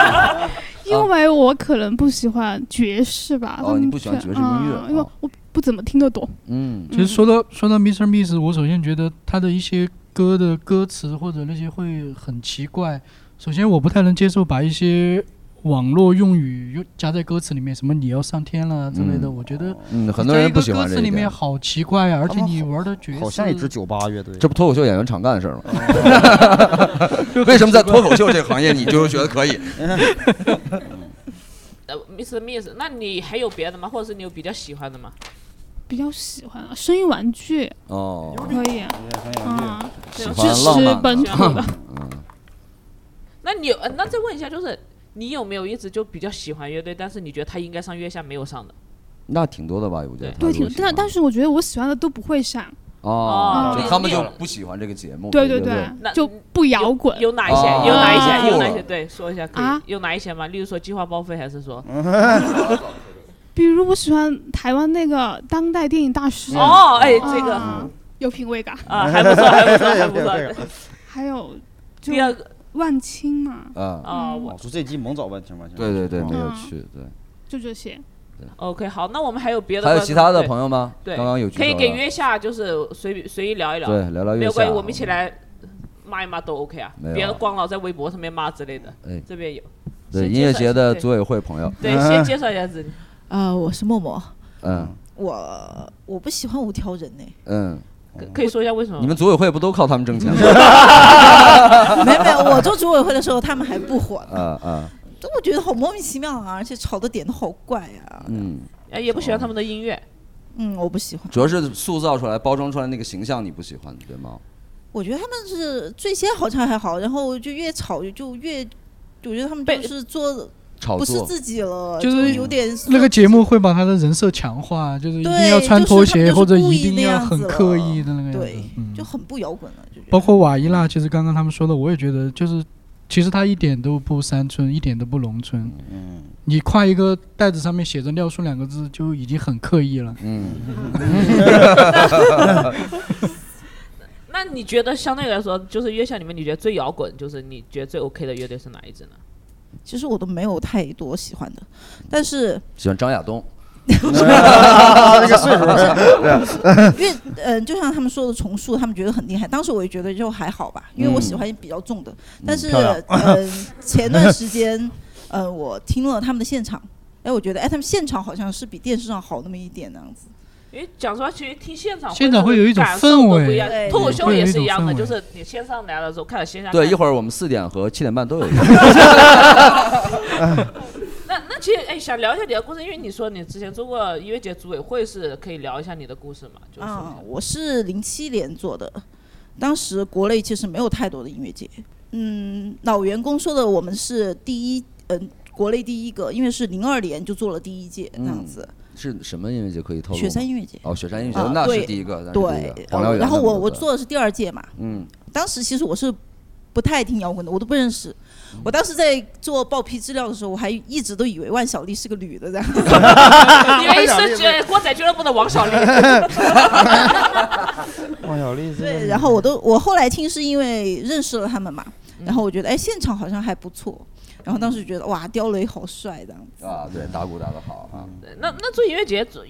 S14: <laughs> 因为我可能不喜欢爵士吧。
S6: 哦你不喜欢爵士音乐哦
S14: 啊因为我不怎么听得懂。
S6: <laughs> 嗯
S5: 其实说到说到 Mr. Miss，我首先觉得他的一些歌的歌词或者那些会很奇怪。首先，我不太能接受把一些网络用语又加在歌词里面，什么你要上天了之类的，
S6: 嗯
S5: 我觉得
S6: 嗯很多人
S5: 在一
S6: 不
S5: 个
S6: 喜欢
S5: 歌
S6: 这
S5: 词
S6: 一
S5: 里
S6: 点
S5: 面好奇怪啊呀、而且你玩的角色
S2: <laughs> 好像一支酒吧乐队。
S6: 这不脱口秀演员常干的事儿
S2: 就
S6: 吗？
S3: 嗯
S2: 很
S6: <laughs> 为什么在
S2: 奇
S6: 脱
S2: 怪
S6: 口秀这个行业，你就觉得可
S3: <laughs>
S6: 以？
S3: 呃，Mr. Miss，那你还有别的吗？或者是你有比较喜欢的吗？
S14: 比较喜欢声音玩具，
S6: 哦，
S14: 可以
S11: 嗯
S14: 啊，
S3: 喜
S14: 支持
S3: 欢浪漫的嗯
S14: 本土的。
S3: <laughs> 那你有，呃那再问一下，就是你有没有一直就比较喜欢乐队，但是你觉得他应该上月下没有上的？
S6: 那挺多的吧，我觉得。
S14: 对，挺但但是我觉得我喜欢的都不会上，
S6: 哦，
S14: 哦
S6: 就他们
S14: 你
S6: 就不喜欢这个节目。
S14: 对
S6: 对
S14: 对
S3: 那，
S14: 就不摇滚。
S3: 嗯有哪一些？
S6: 哦
S3: 有哪一些？有哪一
S6: 酷
S3: 些？
S6: 了
S3: 对，说一下可以。
S14: 啊
S3: 有哪一些吗？例如说计划报废，还是说？
S14: 比如我喜欢台湾那个当代电影大师。
S3: 哦哎这个
S14: 啊有品位感
S3: 啊还不错还 <laughs> 不错还不错
S2: 有品位感
S14: 还有就
S3: 第二个
S14: <laughs> 万青嘛，
S3: 哦
S6: 啊
S14: 嗯
S2: 我哦说这季猛找万青吧，行吧？
S6: 对对对，没有
S14: 嗯
S6: 去。对，
S14: 就这些。
S3: OK，好，那我们还有别的
S6: 还
S3: 观
S6: 有
S3: 众，
S6: 其他的
S3: 对
S6: 朋友吗
S3: 对，
S6: 刚刚有举
S3: 可以
S6: 手
S3: 给
S6: 了
S3: 约下，就是随便随意聊一聊，
S6: 对聊聊
S3: 没
S6: 月
S3: 有关系，
S6: 下嗯
S3: 我们一起来骂一骂都 OK 啊
S6: 没，有
S3: 别光老在微博上面骂之类的
S6: 哎，
S3: 这边有。
S6: 对
S3: 先
S6: 音乐
S3: 介绍一
S6: 节
S3: 下
S6: 的
S3: 对
S6: 组委会朋友。
S3: 对，
S6: <laughs>
S3: 先介绍一下自己。
S15: <laughs> 呃，我是默默，
S6: 嗯
S15: 我我不喜欢无挑人呢、
S6: 嗯，
S3: 可可以说一下为什么
S6: 你们组委会不都靠他们挣钱吗？
S15: <laughs>
S3: <laughs>
S15: 没有没有，我做组委会的时候他们还不火呢，
S6: 啊啊，
S15: 这我觉得好莫名其妙啊，而且吵的点都好怪呀、
S6: 嗯，
S3: 哎也不喜欢他们的音乐，
S15: 嗯，我不喜欢，
S6: 主要是塑造出来、包装出来那个形象你不喜欢，对吗？
S15: 我觉得他们是最先好像还好，然后就越吵就越，我觉得他们就是做
S6: 炒
S15: 不是
S5: 作
S15: 自己了，
S5: 就
S15: 就是有点
S5: 那个节目会把他的人设强化，就是一定
S15: 对
S5: 要穿拖鞋、
S15: 就是他们就是
S5: 或者
S15: 故
S5: 一
S15: 意
S5: 定
S15: 那
S5: 要
S15: 样
S5: 很
S15: 子了
S5: 刻意的那个样子。
S15: 对，就很不摇滚了，就
S5: 包括瓦伊娜，其实刚刚他们说的，我也觉得就是，其实他一点都不山村，一点都不农村。
S6: 嗯，
S5: 你挎一个袋子上面写着“廖叔”两个字，就已经很刻意了。
S6: 嗯
S3: 那你觉得相对来说，就是月下里面你觉得最摇滚，就是你觉得最 OK 的乐队是哪一支呢？
S15: 其实我都没有太多喜欢的，但是
S6: 喜欢张亚东。
S15: <laughs> 那
S6: 个岁
S10: <laughs>
S6: 数了
S15: 因为
S3: <laughs>
S15: 呃，就像他们说的重塑，他们觉得很厉害。当时我也觉得就还好吧，因为我喜欢比较重的。但是
S10: 嗯漂亮
S15: 呃，前段时间呃，我听了他们的现场，哎，我觉得哎，他们现场好像是比电视上好那么一点那样子。
S3: 因为讲实话，其实听现场
S5: 现场会有一种
S3: 感受都不一样
S15: 氛围
S3: 脱口秀
S6: 会有
S3: 也
S6: 一
S3: 是
S6: 种
S3: 一样的，
S6: 氛围
S3: 就是你先上来了之后，看了线下看。
S6: 对，一会儿我们四点和七点半都有
S3: <laughs>
S6: 一个。
S3: 那那其实哎，想聊一下你的故事，因为你说你之前做过音乐节组委会，是可以聊一下你的故事嘛？就是
S6: 嗯
S3: 说
S15: 啊，我是零七年做的，当时国内其实没有太多的音乐节。嗯，老员工说的，我们是第一，嗯、国内第一个，因为是零二年就做了第一届这
S10: 嗯
S15: 样子。
S6: 是什么音乐节可以透露吗？
S15: 雪山音乐节
S6: 哦，雪山音乐
S15: 啊
S6: 节那是
S15: 对
S6: 第一个，那是第一
S15: 对哦
S6: 个，黄燎原
S15: 然后
S6: 他们
S15: 我
S6: 都
S15: 我
S6: 在
S15: 做的是第二届嘛，
S6: 嗯
S15: 当时其实我是不太听摇滚的，我都不认识。我当时在做报批资料的时候，我还一直都以为万晓利是个女的，这样。 <laughs>
S3: 因为是呃锅仔俱乐部的王
S6: <laughs>
S3: 小林。
S2: 万晓利是
S15: 对，然后我都我后来听是因为认识了他们嘛，然后我觉得哎现场好像还不错，然后当时觉得哇刁雷好帅这样子。
S6: 啊，对，打鼓打得好啊。
S15: 嗯
S3: 那那做音乐节，组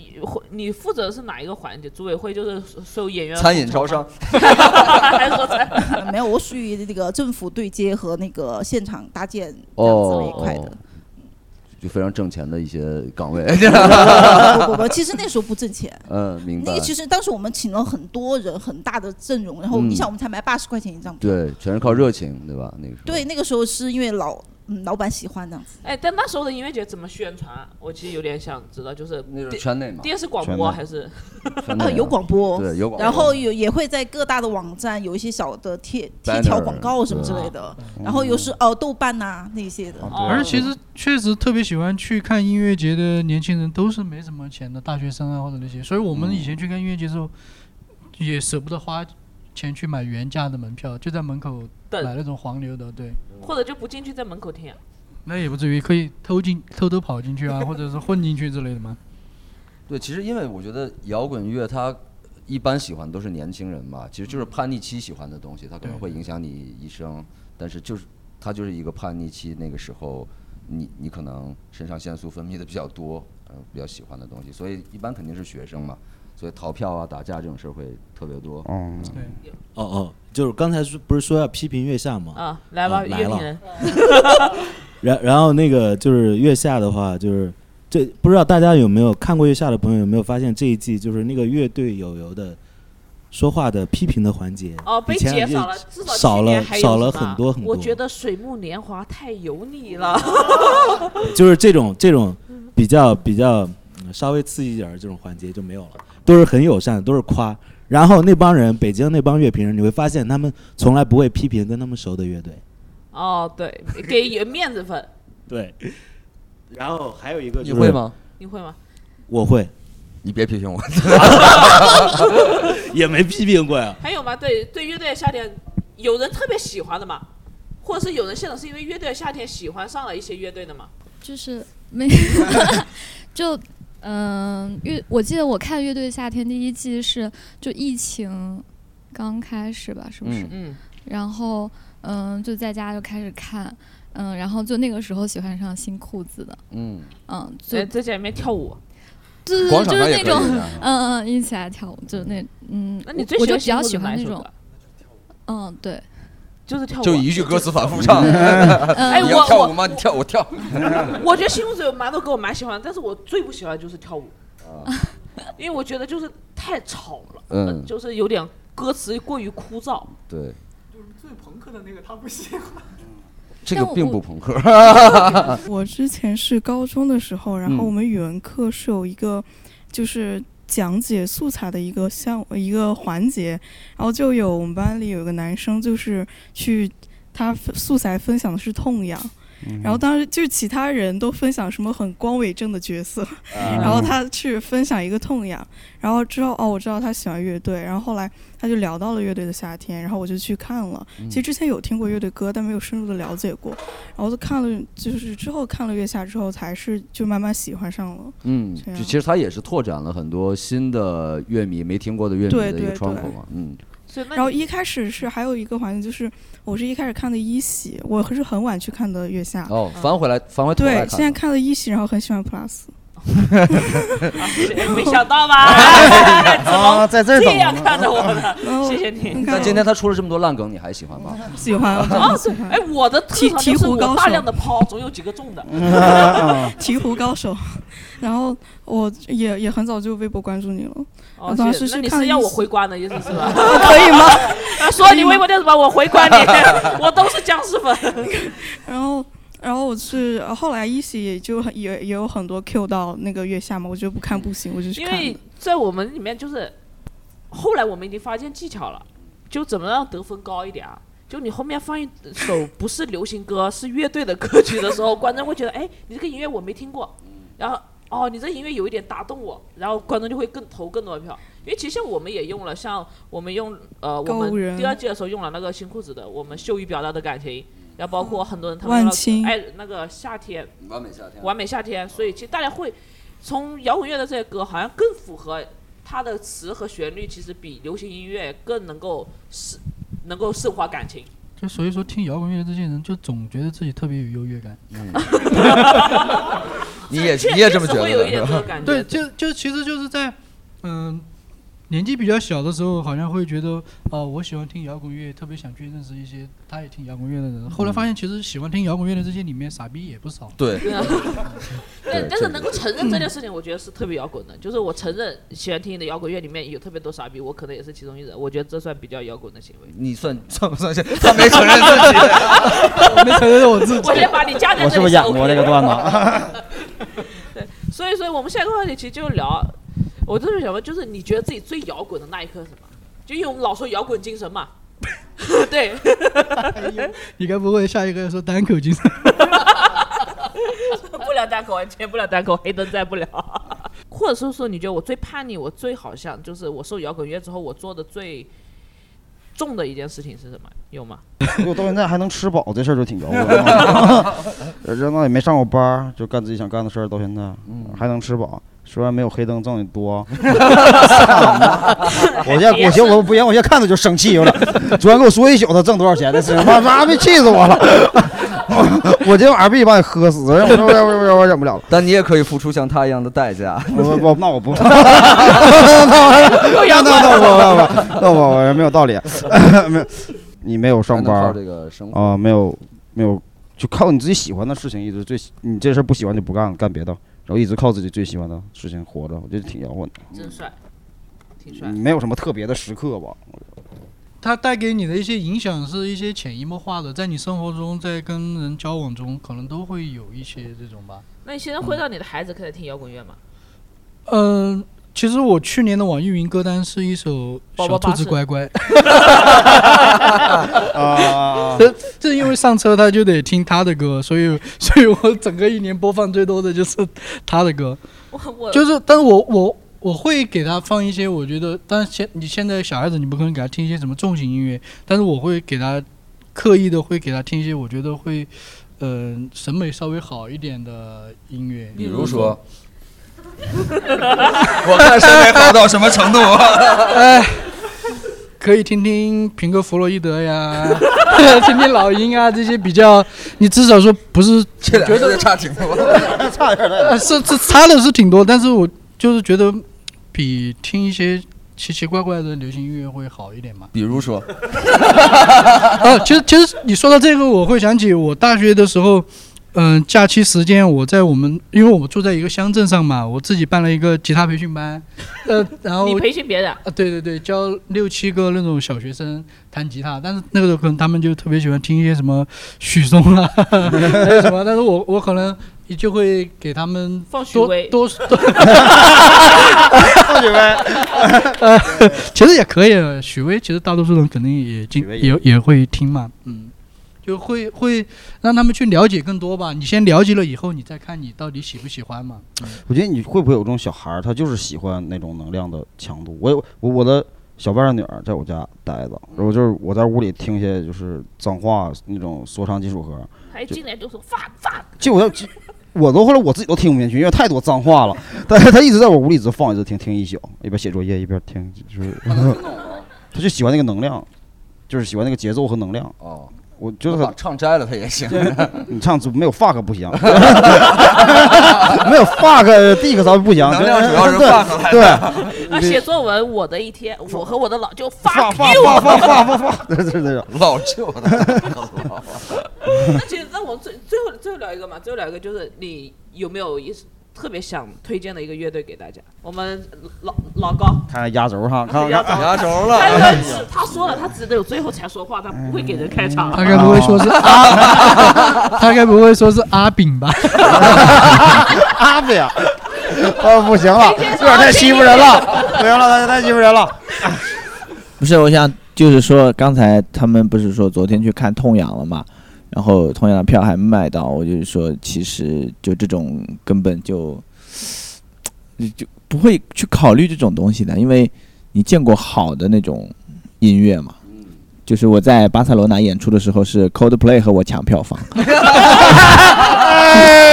S3: 你负责的是哪一个环节？组委会就是所有演员
S6: 餐饮招商
S3: 还是说餐？
S15: 没有，我属于那个政府对接和那个现场搭建这样子那一
S6: 哦，
S15: 块的。
S6: 哦就非常挣钱的一些岗位。
S15: <laughs>
S6: <laughs>
S15: 不不不，其实那时候不挣钱。
S6: 嗯，明白。
S15: 那个其实当时我们请了很多人，很大的阵容，然后
S6: 嗯
S15: 你想我们才卖八十块钱一张票，
S6: 对，全是靠热情，对吧？那个时候
S15: 对，那个时候是因为老嗯老板喜欢这样子。
S3: <laughs> 哎，但那时候的音乐节怎么宣传啊？我其实有点想知道，就是那
S6: 种圈内嘛
S3: 电视广
S6: 圈
S3: 播啊
S6: 内
S3: 还是？
S6: 圈
S15: 啊，
S6: 内
S15: 有广播，
S6: 对有广播 <laughs>
S15: 然后有也会在各大的网站有一些小的贴贴条
S6: Banner，
S15: 广告什么之类的，
S5: 对
S15: 然后又是哦豆瓣呐那些的。
S5: 而且其实确实特别喜欢去看音乐节的年轻人，都是没什么钱的大学生啊或者那些，所以我们以前去看音乐节的时候，也舍不得花钱去买原价的门票，就在门口
S3: 等
S5: 买那种黄牛的，对，
S3: 或者就不进去，在门口听啊。
S5: 那也不至于可以偷进偷偷跑进去啊，或者是混进去之类的嘛。
S6: 对，其实因为我觉得摇滚乐它一般喜欢都是年轻人嘛，其实就是叛逆期喜欢的东西，它可能会影响你一生。但是就是它就是一个叛逆期，那个时候你你可能肾上腺素分泌的比较多，呃，比较喜欢的东西，所以一般肯定是学生嘛，所以逃票啊、打架这种事儿会特别多。
S2: 嗯，
S5: 对。
S8: 哦哦，就是刚才说不是说要批评月下吗？
S3: 啊，来吧，
S8: 啊来
S3: 乐评
S8: 了
S3: 人。
S8: 然然后那个就是月下的话，就是这不知道大家有没有看过月下的朋友有没有发现这一季就是那个乐队友友的说话的批评的环节
S3: 哦，被
S8: 以前
S3: 减
S8: 就
S3: 少了，至少
S8: 少
S3: 去年
S8: 了
S3: 还有
S8: 少了
S3: 什么
S8: 很多很多
S3: 我，觉得《水木年华》太油腻了。
S11: 哦
S8: 就是这种这种比较比较嗯稍微刺激一点儿的这种环节就没有了，都是很友善的，都是夸。然后那帮人，北京那帮乐评人，你会发现他们从来不会批评跟他们熟的乐队。
S3: <laughs> 哦，对，给也面子分。
S8: 对，然后还有一个
S6: 你会吗？
S3: 你会吗？
S8: 我会，
S6: 你别批评我，
S8: <laughs> 也没批评过呀。
S3: 还有吗？对对，乐队的夏天，有人特别喜欢的吗？或者是有人现场是因为乐队的夏天喜欢上了一些乐队的吗？
S11: 就是没， <laughs> 就嗯、乐，我记得我看《乐队夏天》第一季是就疫情刚开始吧，是不是？
S3: 嗯嗯
S11: 然后嗯、就在家就开始看，嗯、然后就那个时候喜欢上新裤子的，
S6: 嗯
S11: 嗯，就
S3: 哎在在家里面跳舞。
S11: 对对
S3: 广
S11: 对，
S3: 场
S11: 就
S3: 上
S11: 是
S3: 也
S11: 那种
S3: 可以
S8: 啊
S3: 的，
S11: 嗯嗯，一起来跳舞，就是那嗯，
S3: 那你
S11: 我
S3: 最
S11: 我
S3: 喜
S11: 就
S3: 欢新裤
S11: 比较
S3: 子
S11: 喜
S3: 哪
S11: 欢
S3: 一
S11: 那
S3: 首
S11: 种
S3: 歌，
S11: 嗯，对，
S3: 就是跳舞
S6: 就
S3: 啊
S6: 一句歌词反复唱。
S3: 哎
S6: 你
S3: 我
S6: 要跳
S3: 我
S6: 舞吗？你跳，我
S3: <laughs>
S6: 跳。
S3: 我觉得新裤子有蛮多歌我蛮喜欢，但是我最不喜欢就是跳舞， <laughs> 因为我觉得就是太吵了，
S6: 啊
S3: 呃
S6: 嗯
S3: 就是有点歌词过于枯燥。
S6: 对，
S7: 最朋克的那个他不喜欢。
S6: <laughs> 这
S3: 但
S6: 个
S3: 我
S6: 并
S3: 我
S6: 不朋克。
S16: 我之前是高中的时候，然后我们语文课是有一个就是讲解素材的一个项一个环节，然后就有我们班里有一个男生就是去他素材分享的是痛痒。
S6: 嗯
S16: 然后当时就是其他人都分享什么很光伟正的角色，
S6: 啊
S16: <laughs> 然后他去分享一个痛痒，然后之后哦我知道他喜欢乐队，然后后来他就聊到了乐队的夏天，然后我就去看了。
S6: 嗯
S16: 其实之前有听过乐队歌，但没有深入的了解过，然后就看了，就是之后看了月下之后，才是就慢慢喜欢上了。
S6: 嗯，
S16: 这
S6: 就
S16: 样
S6: 其实它也是拓展了很多新的乐迷没听过的乐迷
S16: 对
S6: 的一个
S16: 对
S6: 窗口
S16: 对
S6: 嘛。嗯，
S16: 然后一开始是还有一个环节，就是我是一开始看的一喜，我是很晚去看的月下。
S6: 哦，
S3: 嗯
S6: 翻回来，翻回头来
S16: 对，
S6: 看
S16: 现在看了一喜，然后很喜
S3: <laughs>
S16: 欢 plus。
S3: 没想到
S6: <laughs>
S3: 吧？
S16: <laughs> 啊在这儿
S3: 这
S16: 等
S3: 样
S16: 呢
S3: 看着我 <laughs> 的，
S16: 嗯
S3: 谢谢你。
S6: 但今天他出了这么多烂梗，你还喜欢吗？
S16: 喜欢，我真
S3: <laughs>
S16: 的
S3: 啊
S16: 喜欢。
S3: 哎，我的特
S16: 提
S3: 长
S16: 提
S3: 就是
S16: 壶
S3: 我
S16: 嗯高
S3: 大
S16: 手嗯
S3: 量的抛，总有几个中的。
S16: 鹈鹕高手，然后我也也很早就微博关注你了，
S3: 哦
S16: 我当
S3: 是
S16: 时
S3: 那你
S16: 看
S3: 是
S16: 了
S3: 要
S16: 一
S3: 我
S16: 期
S3: 回关的意思是吧？
S16: <laughs> 可以吗？
S3: <laughs> 说你微博叫什么？我回关你，
S16: <laughs>
S3: 我都是僵尸
S7: <laughs>
S3: 粉。
S16: 然后，然后我是呃后来一喜也就很也也有很多 Q 到那个月下嘛，我觉得不看不行，我就去
S3: 因
S16: 看了。
S3: 为在我们里面就是，后来我们已经发现技巧了，就怎么让得分高一点啊？就你后面放一首不是流行歌，是乐队的歌曲的时候，观众会觉得，哎，你这个音乐我没听过，然后哦，你这音乐有一点打动我，然后观众就会更投更多的票。因为其实像我们也用了，像我们用呃，我
S16: 购物
S3: 们
S16: 人
S3: 第二季的时候用了那个新裤子的，我们羞于表达的感情，然后包括很多人他
S16: 万
S3: 们用
S16: 青
S3: 了哎那个夏天，
S6: 完美夏天
S3: 完美夏天，所以其实大家会从摇滚乐的这些歌，好像更符合它的词和旋律，其实比流行音乐更能够是能够升华感情。
S5: 就所以说，听摇滚乐的这些人，就总觉得自己特别有优越感。
S6: 嗯
S5: <laughs>
S6: <laughs> 你也
S5: 确
S6: 你也这么觉
S5: 确实会有
S6: 得
S5: 一
S6: 是
S5: 点这
S6: 吧
S5: 个？感觉对就就其实就是在嗯，年纪比较小的时候，好像会觉得啊、我喜欢听摇滚乐，特别想去认识一些他也听摇滚乐的人。后来发现，其实喜欢听摇滚乐的这些里面，傻逼也不少。
S6: 嗯对 <laughs>
S5: <laughs> 哎
S3: 但但是能够承认这件事情，我觉得是特别摇滚的。就是我承认喜欢听的摇滚乐里面有特别多傻逼，我可能也是其中一 <laughs> 人。我觉得这算比较摇滚的行为。 <laughs>
S6: 你算算不算是？他没承认自己，
S3: 没承
S5: 是我自己。
S3: 我先把你加在
S2: 我
S3: 这里。
S2: 是不是演过这个段
S3: 子？
S2: 子？
S3: <laughs>
S2: 啊
S3: 所以，所以我们下一个话题其实就聊，我就是想问，就是你觉得自己最摇滚的那一刻是什么？就因为我们老说摇滚精神嘛，对，
S5: 你该不会下一个要说单口精神？
S3: <laughs> 不聊单口，完全不聊单口，黑灯在不了。 <laughs> 或者是说，你觉得我最叛逆，我最好像就是我受摇滚乐之后，我做的最重的一件事情是什么？有吗？
S2: <laughs> 如果到现在还能吃饱，这事儿就挺摇滚 <laughs> 的。人呃呢也没上过班儿，就干自己想干的事儿，到现在还能吃饱。虽然没有黑灯挣的 <laughs> 多，我现在我寻思我不行，我现在看他就生气有点。昨天跟我说一宿他挣多少钱的事情，妈妈逼气死我了！ <laughs> 我今晚上必须把你喝死，我说我我我我忍不了了。
S6: <laughs> 但你也可以付出像他一样的代价。
S2: 我我那我不，那我那我不不不，那我我没有道理，没有，你没有上班
S6: 还能
S2: 儿
S6: 靠这个生活
S2: 啊，没有没有，就靠你自己喜欢的事情，一直最喜你这事儿不喜欢就不干了，干别的，然后一直靠自己最喜欢的事情活着，我觉得挺摇滚的。
S3: 真帅，挺帅。
S2: 嗯没有什么特别的时刻吧？
S5: 它带给你的一些影响是一些潜移默化的，在你生活中，在跟人交往中，可能都会有一些这种吧。
S3: 那你现在会让你的孩子开始听摇滚乐吗？
S5: 嗯、其实我去年的网易云歌单是一首《 <laughs>
S3: 宝
S5: 小
S3: 宝
S5: 兔
S3: 巴
S5: 子
S3: 士
S5: 乖乖》呃
S2: 啊
S5: <laughs> 这这因为上车他就得听他的歌，所以 <laughs> 所以我整个一年播放最多的就是他的歌。就是，但是我我我会给他放一些，我觉得，但是现你现在小孩子，你不可能给他听一些什么重型音乐，但是我会给他刻意的会给他听一些，我觉得会，呃，审美稍微好一点的音乐。
S6: 比如说，我看审美好到什么程
S5: <laughs>
S6: 度啊
S2: <laughs>
S6: <laughs>
S3: <laughs>
S5: 哎，可以听听平克·弗洛伊德呀， <laughs> 听听老鹰啊，这些比较，你至少说不是
S6: <laughs> 这两
S5: 觉
S6: 个
S5: 得
S6: 就差挺多。
S2: <laughs> 差点
S5: 呃，是是差的是挺多，但是我就是觉得比听一些奇奇怪怪的流行音乐会好一点
S6: <laughs>
S5: 嘛。
S6: <laughs> 比如说，
S5: 啊，其实其实你说到这个，我会想起我大学的时候，嗯、假期时间我在我们，因为我们住在一个乡镇上嘛，我自己办了一个吉他培训班，呃，然后
S3: 你培训别人，
S5: 啊，对对对，教六七个那种小学生弹吉他，但是那个时候可能他们就特别喜欢听一些什么许嵩啊， <laughs> 还有什么，但是我我可能就会给他们
S3: 放许
S5: 多
S3: 巍 <laughs>
S5: 多多，
S2: 放许巍，
S5: 呃，其实也可以，许巍其实大多数人肯定也经
S2: 巍也
S5: 也也会听嘛，嗯。就会会让他们去了解更多吧。你先了解了以后，你再看你到底喜不喜欢嘛。嗯
S2: 我觉得你会不会有这种小孩儿，他就是喜欢那种能量的强度？我有我我的小伴儿女儿在我家待着，然后就是我在屋里听一些就是脏话那种说唱金属盒，
S3: 还进来就说 fuck fuck，
S2: 就我要就我都后来我自己都听不进去，因为太多脏话了。 <laughs> 但是他一直在我屋里一直放，一直听听一宿，一边写作业一边听，就是
S6: 哦
S2: <laughs> 他就喜欢那个能量，就是喜欢那个节奏和能量。
S6: 哦，
S2: 我觉得
S6: 把唱摘了他也行。 <laughs>
S2: 他 <laughs> 你唱主没有 fuck 不行，没有 fuck dick 咱不行，
S6: 能量主要是
S2: 对
S6: fuck 来
S2: 对
S6: 的。
S3: 啊，写作文我的一天，我和我的老舅 fuck
S2: fuck
S3: you，
S2: fuck fuck fuck fuck，对对对，
S6: <laughs> 老舅的，
S3: <laughs> 那其实那我最最后最后聊一个嘛，最后聊一个就是你有没有一特别想推荐的一个乐队给大家？我们老老高，
S2: 看看压轴哈，看
S3: 压
S2: 看哎
S3: 轴
S6: 压轴哎
S3: 他有点只他说了，他只有最后才说话，他不会给人开场。啊
S5: 他该不会说是 <laughs> 阿，他该不会说是阿炳吧？
S2: 阿炳， <laughs> 啊不行了，有点太欺负人了，不行了，太太欺负人
S6: <laughs>
S2: 了。
S4: 不是，我想就是说，刚才他们不是说昨天去看痛痒了嘛，然后痛痒的票还没买到，我就是说，其实就这种根本就你就不会去考虑这种东西的，因为你见过好的那种音乐嘛。就是我在巴塞罗那演出的时候，是 Coldplay 和我抢票房。
S2: 哎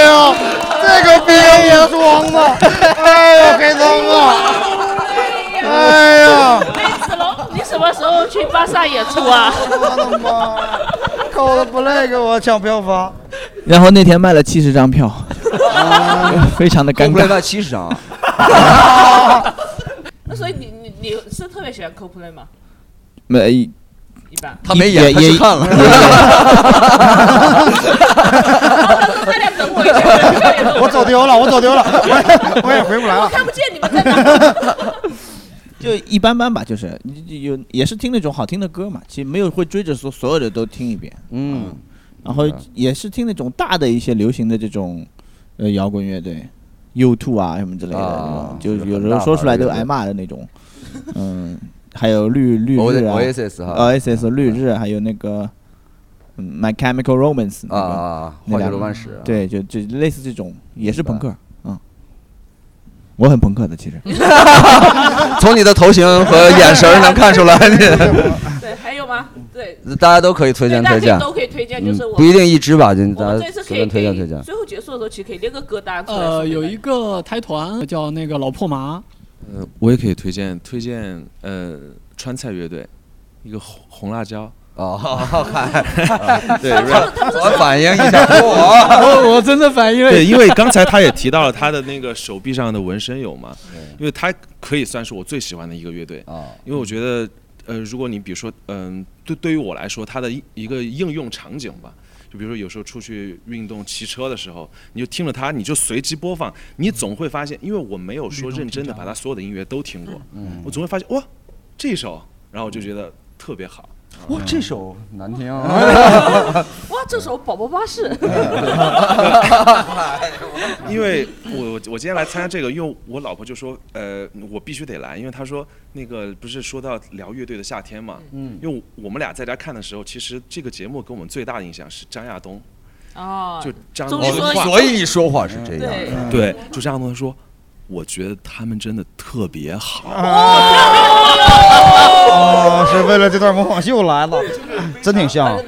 S2: 呦，这个别也装了，哎呦黑灯啊，哎呀，
S3: 李子龙，你什么时候去巴萨演出啊？
S2: 我的妈，扣的不赖给我抢票
S6: <laughs>
S2: 房，
S4: 然后那天卖了七十张票，非常的尴尬。
S6: Coldplay 卖70张啊
S3: 那所以你你你是特别喜欢 CoPlay 吗？
S4: 没一
S3: 般
S6: 他没演
S4: 也
S6: 他去
S4: 也
S6: 看了
S4: 也
S6: <laughs>
S3: 大家
S4: 也
S3: 等我一
S2: <laughs>
S3: 下，
S2: 我走丢了，我走 <laughs> 丢了，我也我也回不来了。
S3: 看不见你们
S2: <laughs>
S3: 在哪。
S4: <laughs> 就一般般吧，就是有也是听那种好听的歌嘛，其实没有会追着说所有的都听一遍。嗯，然后也是听那种大的一些流行的这种呃摇滚乐队，U2 啊什么之类的，
S6: 啊
S4: 这种
S6: 就
S4: 就是有
S6: 很
S4: 时候
S6: 大
S4: 说
S6: 牌
S4: 出来
S6: 乐
S4: 都
S6: 队
S4: 挨骂的那种， <laughs> 嗯，还有绿绿日啊
S6: Oasis 哈
S4: ，Oasis 绿日，啊还有那个。嗯，My Chemical Romance 那个
S6: 啊啊啊
S4: 那
S6: 花
S4: 两
S6: 季
S4: 个
S6: 罗曼史啊
S4: 对，就就类似这种，也是朋克，嗯，我很朋克的，其实。
S6: <laughs> 从你的头型和眼神儿能看出来，
S3: 对，还有吗？对，
S6: 你大家都可以推荐
S3: 对大家
S6: 推荐，
S3: 都可以推荐就是
S6: 嗯
S3: 我
S6: 不一定一支吧，就
S3: 我
S6: 大
S3: 们
S6: 家
S3: 这次可
S6: 随
S3: 以
S6: 便推荐
S3: 给
S6: 推荐。
S3: 最后结束的时候，其实可以列个歌单出来。
S7: 呃，有一个台团叫那个老破麻，
S1: 呃，我也可以推荐推荐呃川菜乐队，一个红红辣椒。
S6: 哦，
S1: 对，
S6: 他们
S1: 然后
S6: 他们是我
S1: 哎
S6: 反应一下
S5: <laughs>
S6: 哇
S7: 我我真的反应了一下
S1: 对，因为刚才他也提到了他的那个手臂上的纹身有嘛，因为他可以算是我最喜欢的一个乐队
S6: 啊，
S1: 因为我觉得呃，如果你比如说嗯、对对于我来说，它的一一个应用场景吧。就比如说，有时候出去运动、骑车的时候，你就听着它，你就随机播放，你总会发现，因为我没有说认真的把它所有的音乐都听过，
S6: 嗯
S1: 我总会发现哇，这首，然后我就觉得特别好。
S6: 哇，这首难听啊， <laughs>
S3: 哇，这首《宝宝巴士》
S1: 因为我我今天来参加这个，因为我老婆就说，呃，我必须得来，因为她说那个不是说到聊乐队的夏天嘛，
S6: 嗯
S1: 因为我们俩在家看的时候，其实这个节目给我们最大的影响是张亚东，
S3: 哦，
S1: 就张
S3: 终于说
S1: 哦
S6: 所以你说话是这样
S3: 对
S6: 的，
S1: 对，就张亚东说，嗯我觉得他们真的特别好，
S2: 哦，是为了这段模仿秀来
S6: <laughs>
S2: 了，真挺像。
S3: 呃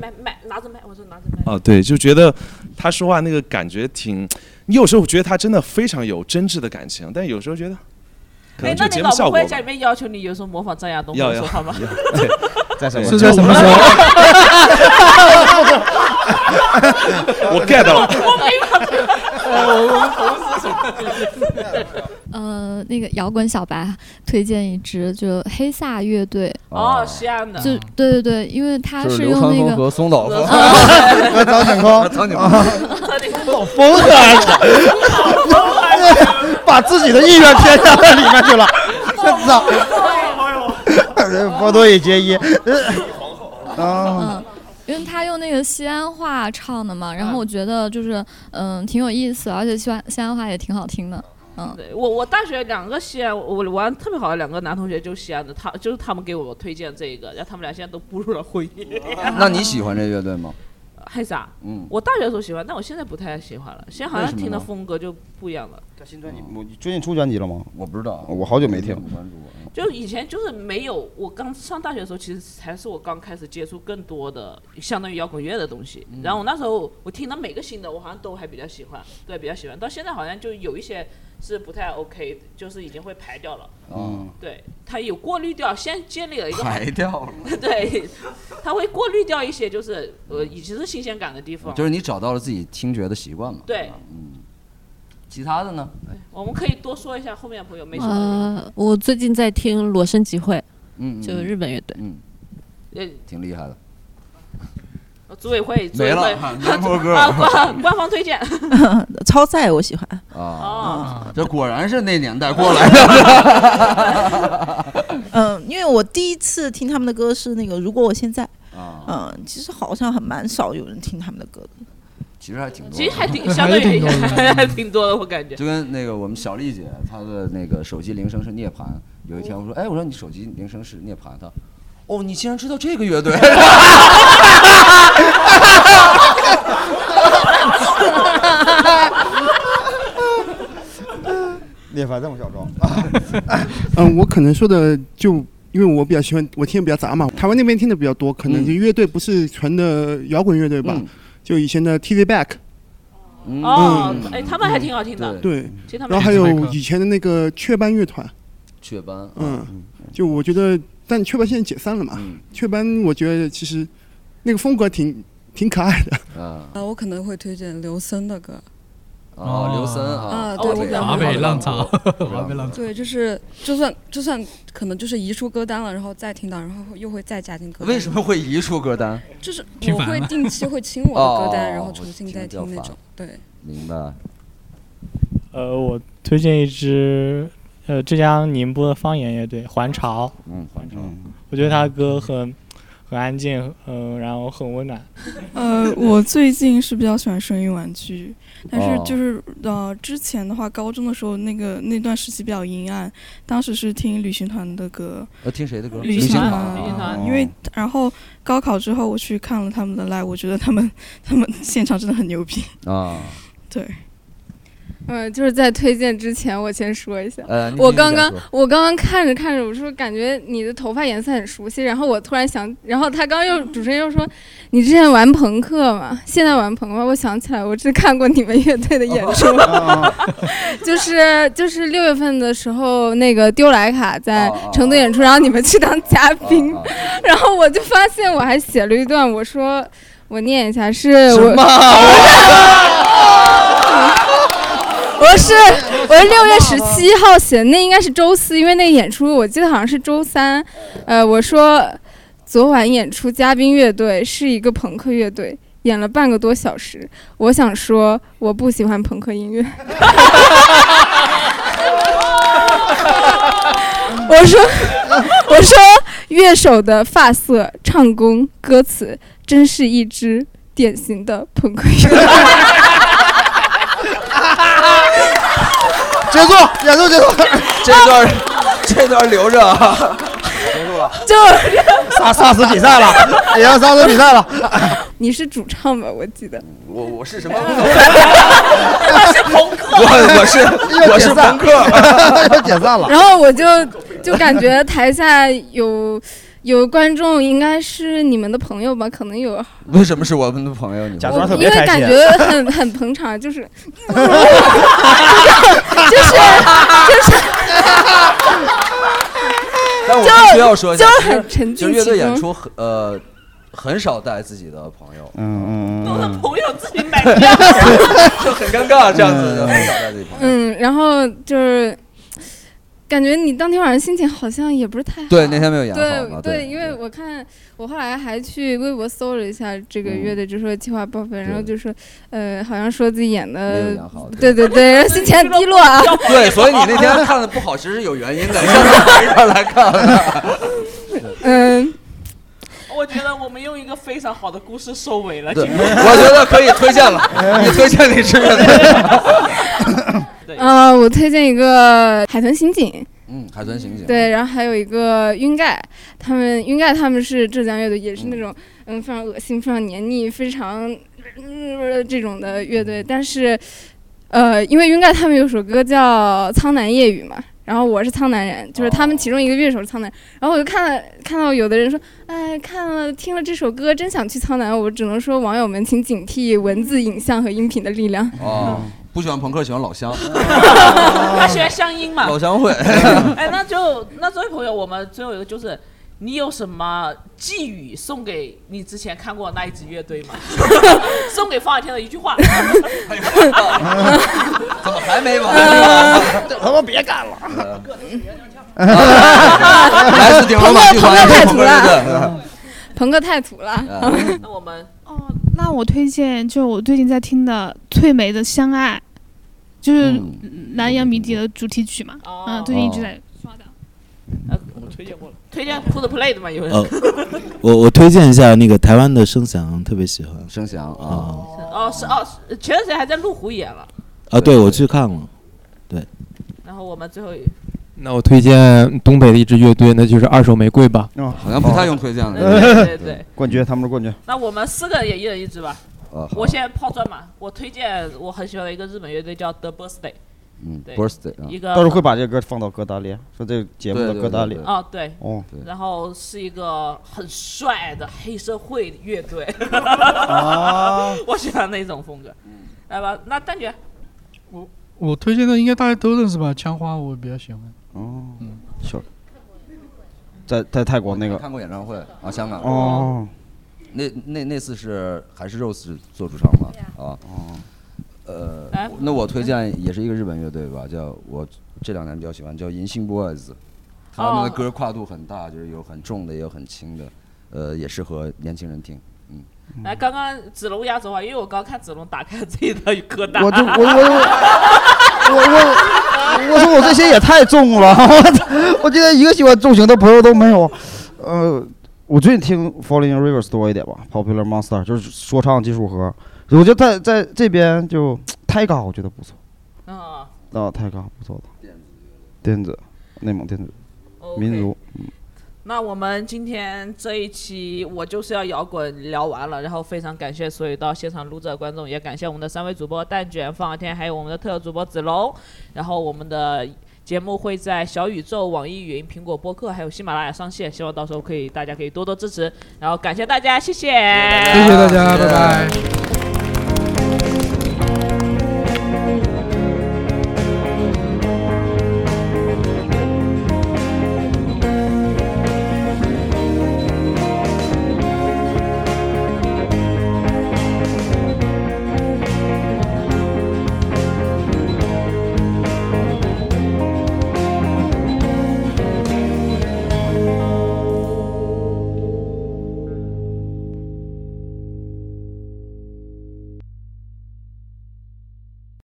S3: 买买拿着麦，我说拿着麦。
S1: 啊，对，就觉得他说话那个感觉挺，你有时候觉得他真的非常有真挚的感情，但有时候觉得 <laughs> 可
S3: 哎
S1: 能，这
S3: 那
S1: 个
S3: 你
S1: 节
S3: 老
S1: 目效
S3: 婆
S1: 果
S3: 会在
S1: 吧
S3: 家里面要求你有时候模仿张亚东
S1: 要
S3: 或者
S1: 要 <laughs>
S3: 说他吗？
S1: 对，
S2: 在
S1: 什
S2: 么
S7: 是在什么时候？
S1: 我 get 到了。
S11: <laughs> 呃，那个摇滚小白推荐一支，就黑撒乐队。
S3: <laughs> 哦，西安的。
S11: 就对对对，因为它
S6: 就是
S11: 用
S6: 刘
S11: 那
S6: 康
S11: 个
S6: 峰和松岛枫，
S11: <laughs> 啊
S6: 张景峰，张景峰，
S2: 老疯了，把自己的意愿添加到里面去了，我操！波多野
S6: <laughs>
S2: 结衣，啊，
S11: 嗯，因为他用那个西安话唱的嘛，然后我觉得就是嗯挺有意思，而且西安西安话也挺好听的，嗯。
S3: 对我我大学两个西安，我玩特别好的两个男同学就是西安的，他就是他们给我推荐这个，然后他们俩现在都步入了婚姻。
S1: <laughs>
S6: 那你
S3: <laughs>
S6: 喜欢这乐队吗？
S3: 还啥？
S6: 嗯
S3: 我大学的时候喜欢，但我现在不太喜欢了。现在好
S2: 为
S3: 像
S2: 什么
S3: 听的
S2: 呢
S3: 风格就不一样了。
S1: 哦
S2: 我最近出专辑了吗？
S6: 我不知道，
S2: 我好久没听。
S3: 就以前就是没有，我刚上大学的时候，其实才是我刚开始接触更多的相当于摇滚乐的东西。
S6: 嗯
S3: 然后我那时候我听的每个新的，我好像都还比较喜欢，对，比较喜欢。到现在好像就有一些是不太 OK，的就是已经会排掉了。
S2: 哦
S6: 嗯，
S3: 对，它有过滤掉，先建立了一个
S6: 排掉了
S3: <laughs> 对，它会过滤掉一些就是呃已经是新鲜感的地方。
S6: 哦就是你找到了自己听觉的习惯嘛。
S3: 对，
S6: 其他的呢？
S3: 我们可以多说一下后面的朋友没说到的。
S9: 呃，我最近在听《裸身集会》，
S6: 嗯嗯
S9: 就日本乐队，
S6: 嗯，
S3: 呃，
S6: 挺厉害
S3: <laughs>
S6: 的。
S3: 组委会，组委
S6: 没
S3: 会，
S6: 了 Number Girl <laughs>
S3: <laughs> 啊官官方推荐。
S10: 超载我喜欢，
S3: 哦
S6: 啊，这果然是那 <laughs> 年代过来的。
S10: 嗯，因为我第一次听他们的歌是那个《如果我现在》，
S6: 啊
S10: 嗯，其实好像很蛮少有人听他们的歌的，
S6: 其实还挺多的，
S3: 其实还
S17: <laughs>
S3: 挺相当于还挺多的，我感觉。
S6: 就跟那个我们小丽姐，她的那个手机铃声是涅槃。有一天我
S3: 嗯
S6: 说，哎，我说你手机铃声是涅槃，她，哦，你竟然知道这个乐队？ <laughs>
S2: 烈凡这么嚣张， <laughs>
S18: <laughs> 嗯，我可能说的就。因为我比较喜欢，我听的比较杂嘛，台湾那边听的比较多，可能就乐队不是纯的摇滚乐队吧，就以前的 TV Back，
S3: 哦
S18: 嗯嗯，
S3: 哎，他们还挺好听的。
S18: 对
S3: 其实，他
S18: 然
S3: 们
S18: 后还有以前的那个雀斑乐团，
S6: 雀斑，
S18: 嗯，就我觉得，但雀斑现在解散了嘛，雀斑我觉得其实那个风格挺挺可爱的，
S2: <laughs>
S6: 啊，
S17: 啊，我可能会推荐刘森的歌。
S6: 哦，刘森
S17: 啊，
S12: 嗯
S6: 啊，
S17: 对，我比较
S5: 华北浪潮
S6: 华北浪
S17: 对，就是就算就算可能就是移出歌单了，然后再听到，然后又会再加进歌单。
S6: 为什么会移出歌单？
S17: 就是
S6: 听
S17: 我
S6: 烦
S17: 会
S6: 了
S17: 定期会清我的歌单，
S6: 哦
S17: 然后
S6: 我
S17: 重新
S6: 听得
S17: 再
S6: 比较
S17: 听那
S6: 烦
S17: 种。对，
S6: 明白。
S13: 呃，我推荐一支呃浙江宁波的方言乐队环潮。
S6: 嗯，环潮。
S13: 我觉得他的歌很很安静，嗯、然后很温暖。
S16: 呃，我最近是比较喜欢声音玩具，但是
S13: 哦
S16: 就是、呃，之前的话，高中的时候那个那段时期比较阴暗，当时是听旅行团的歌。
S6: 呃听谁的歌哦
S16: 旅
S6: 旅行团旅行
S16: 团，
S6: 团
S16: 因为然后高考之后我去看了他们的 live，我觉得他们 <laughs> 他们现场真的很牛逼。
S6: 啊，
S16: 对，
S12: 呃，就是在推荐之前，我先说一下，
S6: 呃你
S12: 我
S6: 先
S12: 刚
S6: 讲
S12: 刚
S6: 说
S12: 我刚刚看着看着，我说感觉你的头发颜色很熟悉，然后我突然想，然后他刚又主持人又说你之前玩朋克嘛，现在玩朋克吗，我想起来我只看过你们乐队的演出， <laughs> 就是就是六月份的时候那个丢莱卡在成都演出，然后你们去当嘉宾， <laughs> 然后我就发现我还写了一段，我说我念一下，是我。我是我是六月十七号写的，那应该是周四，因为那演出我记得好像是周三。呃，我说昨晚演出嘉宾乐队是一个朋克乐队，演了半个多小时。我想说我不喜欢朋克音乐。我说， <laughs> 我说，乐手的发色、唱功、歌词，真是一支典型的朋克乐队。
S2: 结束，结束，结束。
S6: 这段这段留着啊，
S12: <laughs> 就是
S2: 萨萨斯比赛了，也要萨斯比赛了。
S12: <laughs> 你是主唱吧？我记得。
S6: 我我是什么？
S12: 我是朋克
S6: 我
S2: <laughs>
S6: 我是我是朋 <laughs> 克，
S2: 要解散了。
S12: 然后我就就感觉台下有有观众，应该是你们的朋友吧？可能有，
S6: 为什么是我们的朋友？你假
S12: 因为感
S6: 啊
S12: 觉
S17: <laughs>
S12: 很很捧场，就是就是就是。
S6: 但我必须要说一下，
S12: 就
S6: 其实
S12: 很沉
S6: 就
S12: 浸
S6: 乐队
S12: 其中
S6: 演出很呃很少带自己的朋友，
S2: 嗯
S6: 嗯嗯， <laughs>
S3: 朋友自己买
S6: 票
S3: 票，
S6: 就很尴尬这样子，就很少带自己朋友。
S12: 嗯，然后就是感觉你当天晚上心情好像也不是太好。
S6: 对那天没有演好嘛
S12: 对
S6: 对
S12: 因为我看我后来还去微博搜了一下这个乐队之说计划报废，然后就说呃，好像说自己演
S6: 没有
S12: 的
S6: 演好，
S12: 呃对对对，然后心情很低落啊。
S6: <laughs> 对，所以你那 <laughs> 天看的不好，其实是有原因的，你上次 <laughs> 还让来看了。
S12: 嗯，
S3: <laughs> 我觉得我们用一个非常好的故事收尾
S6: <laughs>
S3: 了。
S6: 对，
S3: 今天
S6: 我觉得可以推荐了，你推荐你吃面
S12: 呃，我推荐一个海豚刑警。
S6: 嗯，海豚刑警。
S12: 对，然后还有一个晕盖，他们晕盖他们是浙江乐队，也是那种嗯非常恶心、非常黏腻、非常、呃、这种的乐队。但是，呃，因为晕盖他们有首歌叫《苍南夜雨》嘛，然后我是苍南人，就是他们其中一个乐手是苍南人，然后我就看了看到有的人说，哎，看了听了这首歌，真想去苍南。我只能说，网友们请警惕文字、影像和音频的力量。
S6: 哦，不喜欢朋克，喜欢老乡。
S3: <laughs> 他喜欢乡音嘛，
S6: 老乡会
S3: <laughs> 哎，那就那这位朋友，我们最后一个就是。你有什么寄语送给你之前看过的那一支乐队 <laughs> 吗？送给方海天的一句话。
S6: 怎哎么还没完？
S3: 呃
S2: 这他妈别干了！
S6: <laughs> 来自顶楼马戏团
S12: 朋
S6: 朋克
S12: 克朋克太土
S6: 乐队
S12: 了， <laughs> 朋克太土了。
S3: 那我们
S14: 哦，那我推荐就我最近在听的翠梅的《相爱》，就是
S3: 嗯
S14: 《南洋迷笛》的主题曲嘛。
S3: 哦
S14: 嗯，最近一直在
S3: 呃，我推荐过了，推荐 Put Play 的嘛，有人。
S6: 呃
S8: 哦，我我推荐一下那个台湾的声响，特别喜欢
S6: 声响啊
S3: 哦，是哦，是前段时间还在路虎演了。
S8: 啊！对，我去看了，对，
S3: 然后我们最后一
S19: 那我推荐东北的一支乐队，那就是二手玫瑰吧。
S2: 啊，
S6: 好像不太用推荐了
S3: 对对对，
S2: <laughs> 冠军，他们是冠军。
S3: 那我们四个也一人一支吧。
S6: 啊好
S3: 我先抛砖嘛，我推荐我很喜欢的一个日本乐队叫 The Birthday。
S6: 嗯
S3: 对
S6: ，birthday 啊
S3: 一个
S2: 到时候会把这歌放到歌单里，说这个节目的歌单里。
S3: 啊，对，
S2: 哦，
S3: 然后是一个很帅的黑社会乐队， <laughs> 我喜欢那种风格。来吧，那蛋卷，
S5: <laughs> 我推荐的应该大家都认识吧，枪花我比较喜欢。
S2: 哦，
S6: 嗯
S2: 是，在在泰国那个
S6: 看过演唱会啊，香港
S2: 哦，
S6: 那那那次是还是 Rose 做主唱吗？啊，哦，呃
S3: 哎，
S6: 那我推荐也是一个日本乐队吧，叫我这两年比较喜欢，叫银杏 boys，他们的歌跨度很大，就是有很重的，也有很轻的，呃，也适合年轻人听。嗯，
S3: 来，刚刚子龙压轴啊，因为我刚看子龙打开自己的歌单，
S2: 我就我我我 <laughs> 我我说我这 <laughs> 些也太重了，我今天一个喜欢重型的朋友都没有。呃，我最近听 Falling in Rivers 多一点吧，Popular Monster 就是说唱技术盒，我觉得在在这边就太高，我觉得不错。
S12: <laughs>
S3: 啊，
S2: 啊，太高，不错的。电子，内蒙电子，民族，嗯，
S3: <laughs> 那我们今天这一期我就是要摇滚聊完了，然后非常感谢所有到现场撸着的观众，也感谢我们的三位主播蛋卷、方小天，还有我们的特主播子龙。然后我们的节目会在小宇宙、网易云、苹果播客还有喜马拉雅上线，希望到时候可以大家可以多多支持。然后感谢大家，谢谢，谢
S5: 谢谢大家，拜拜。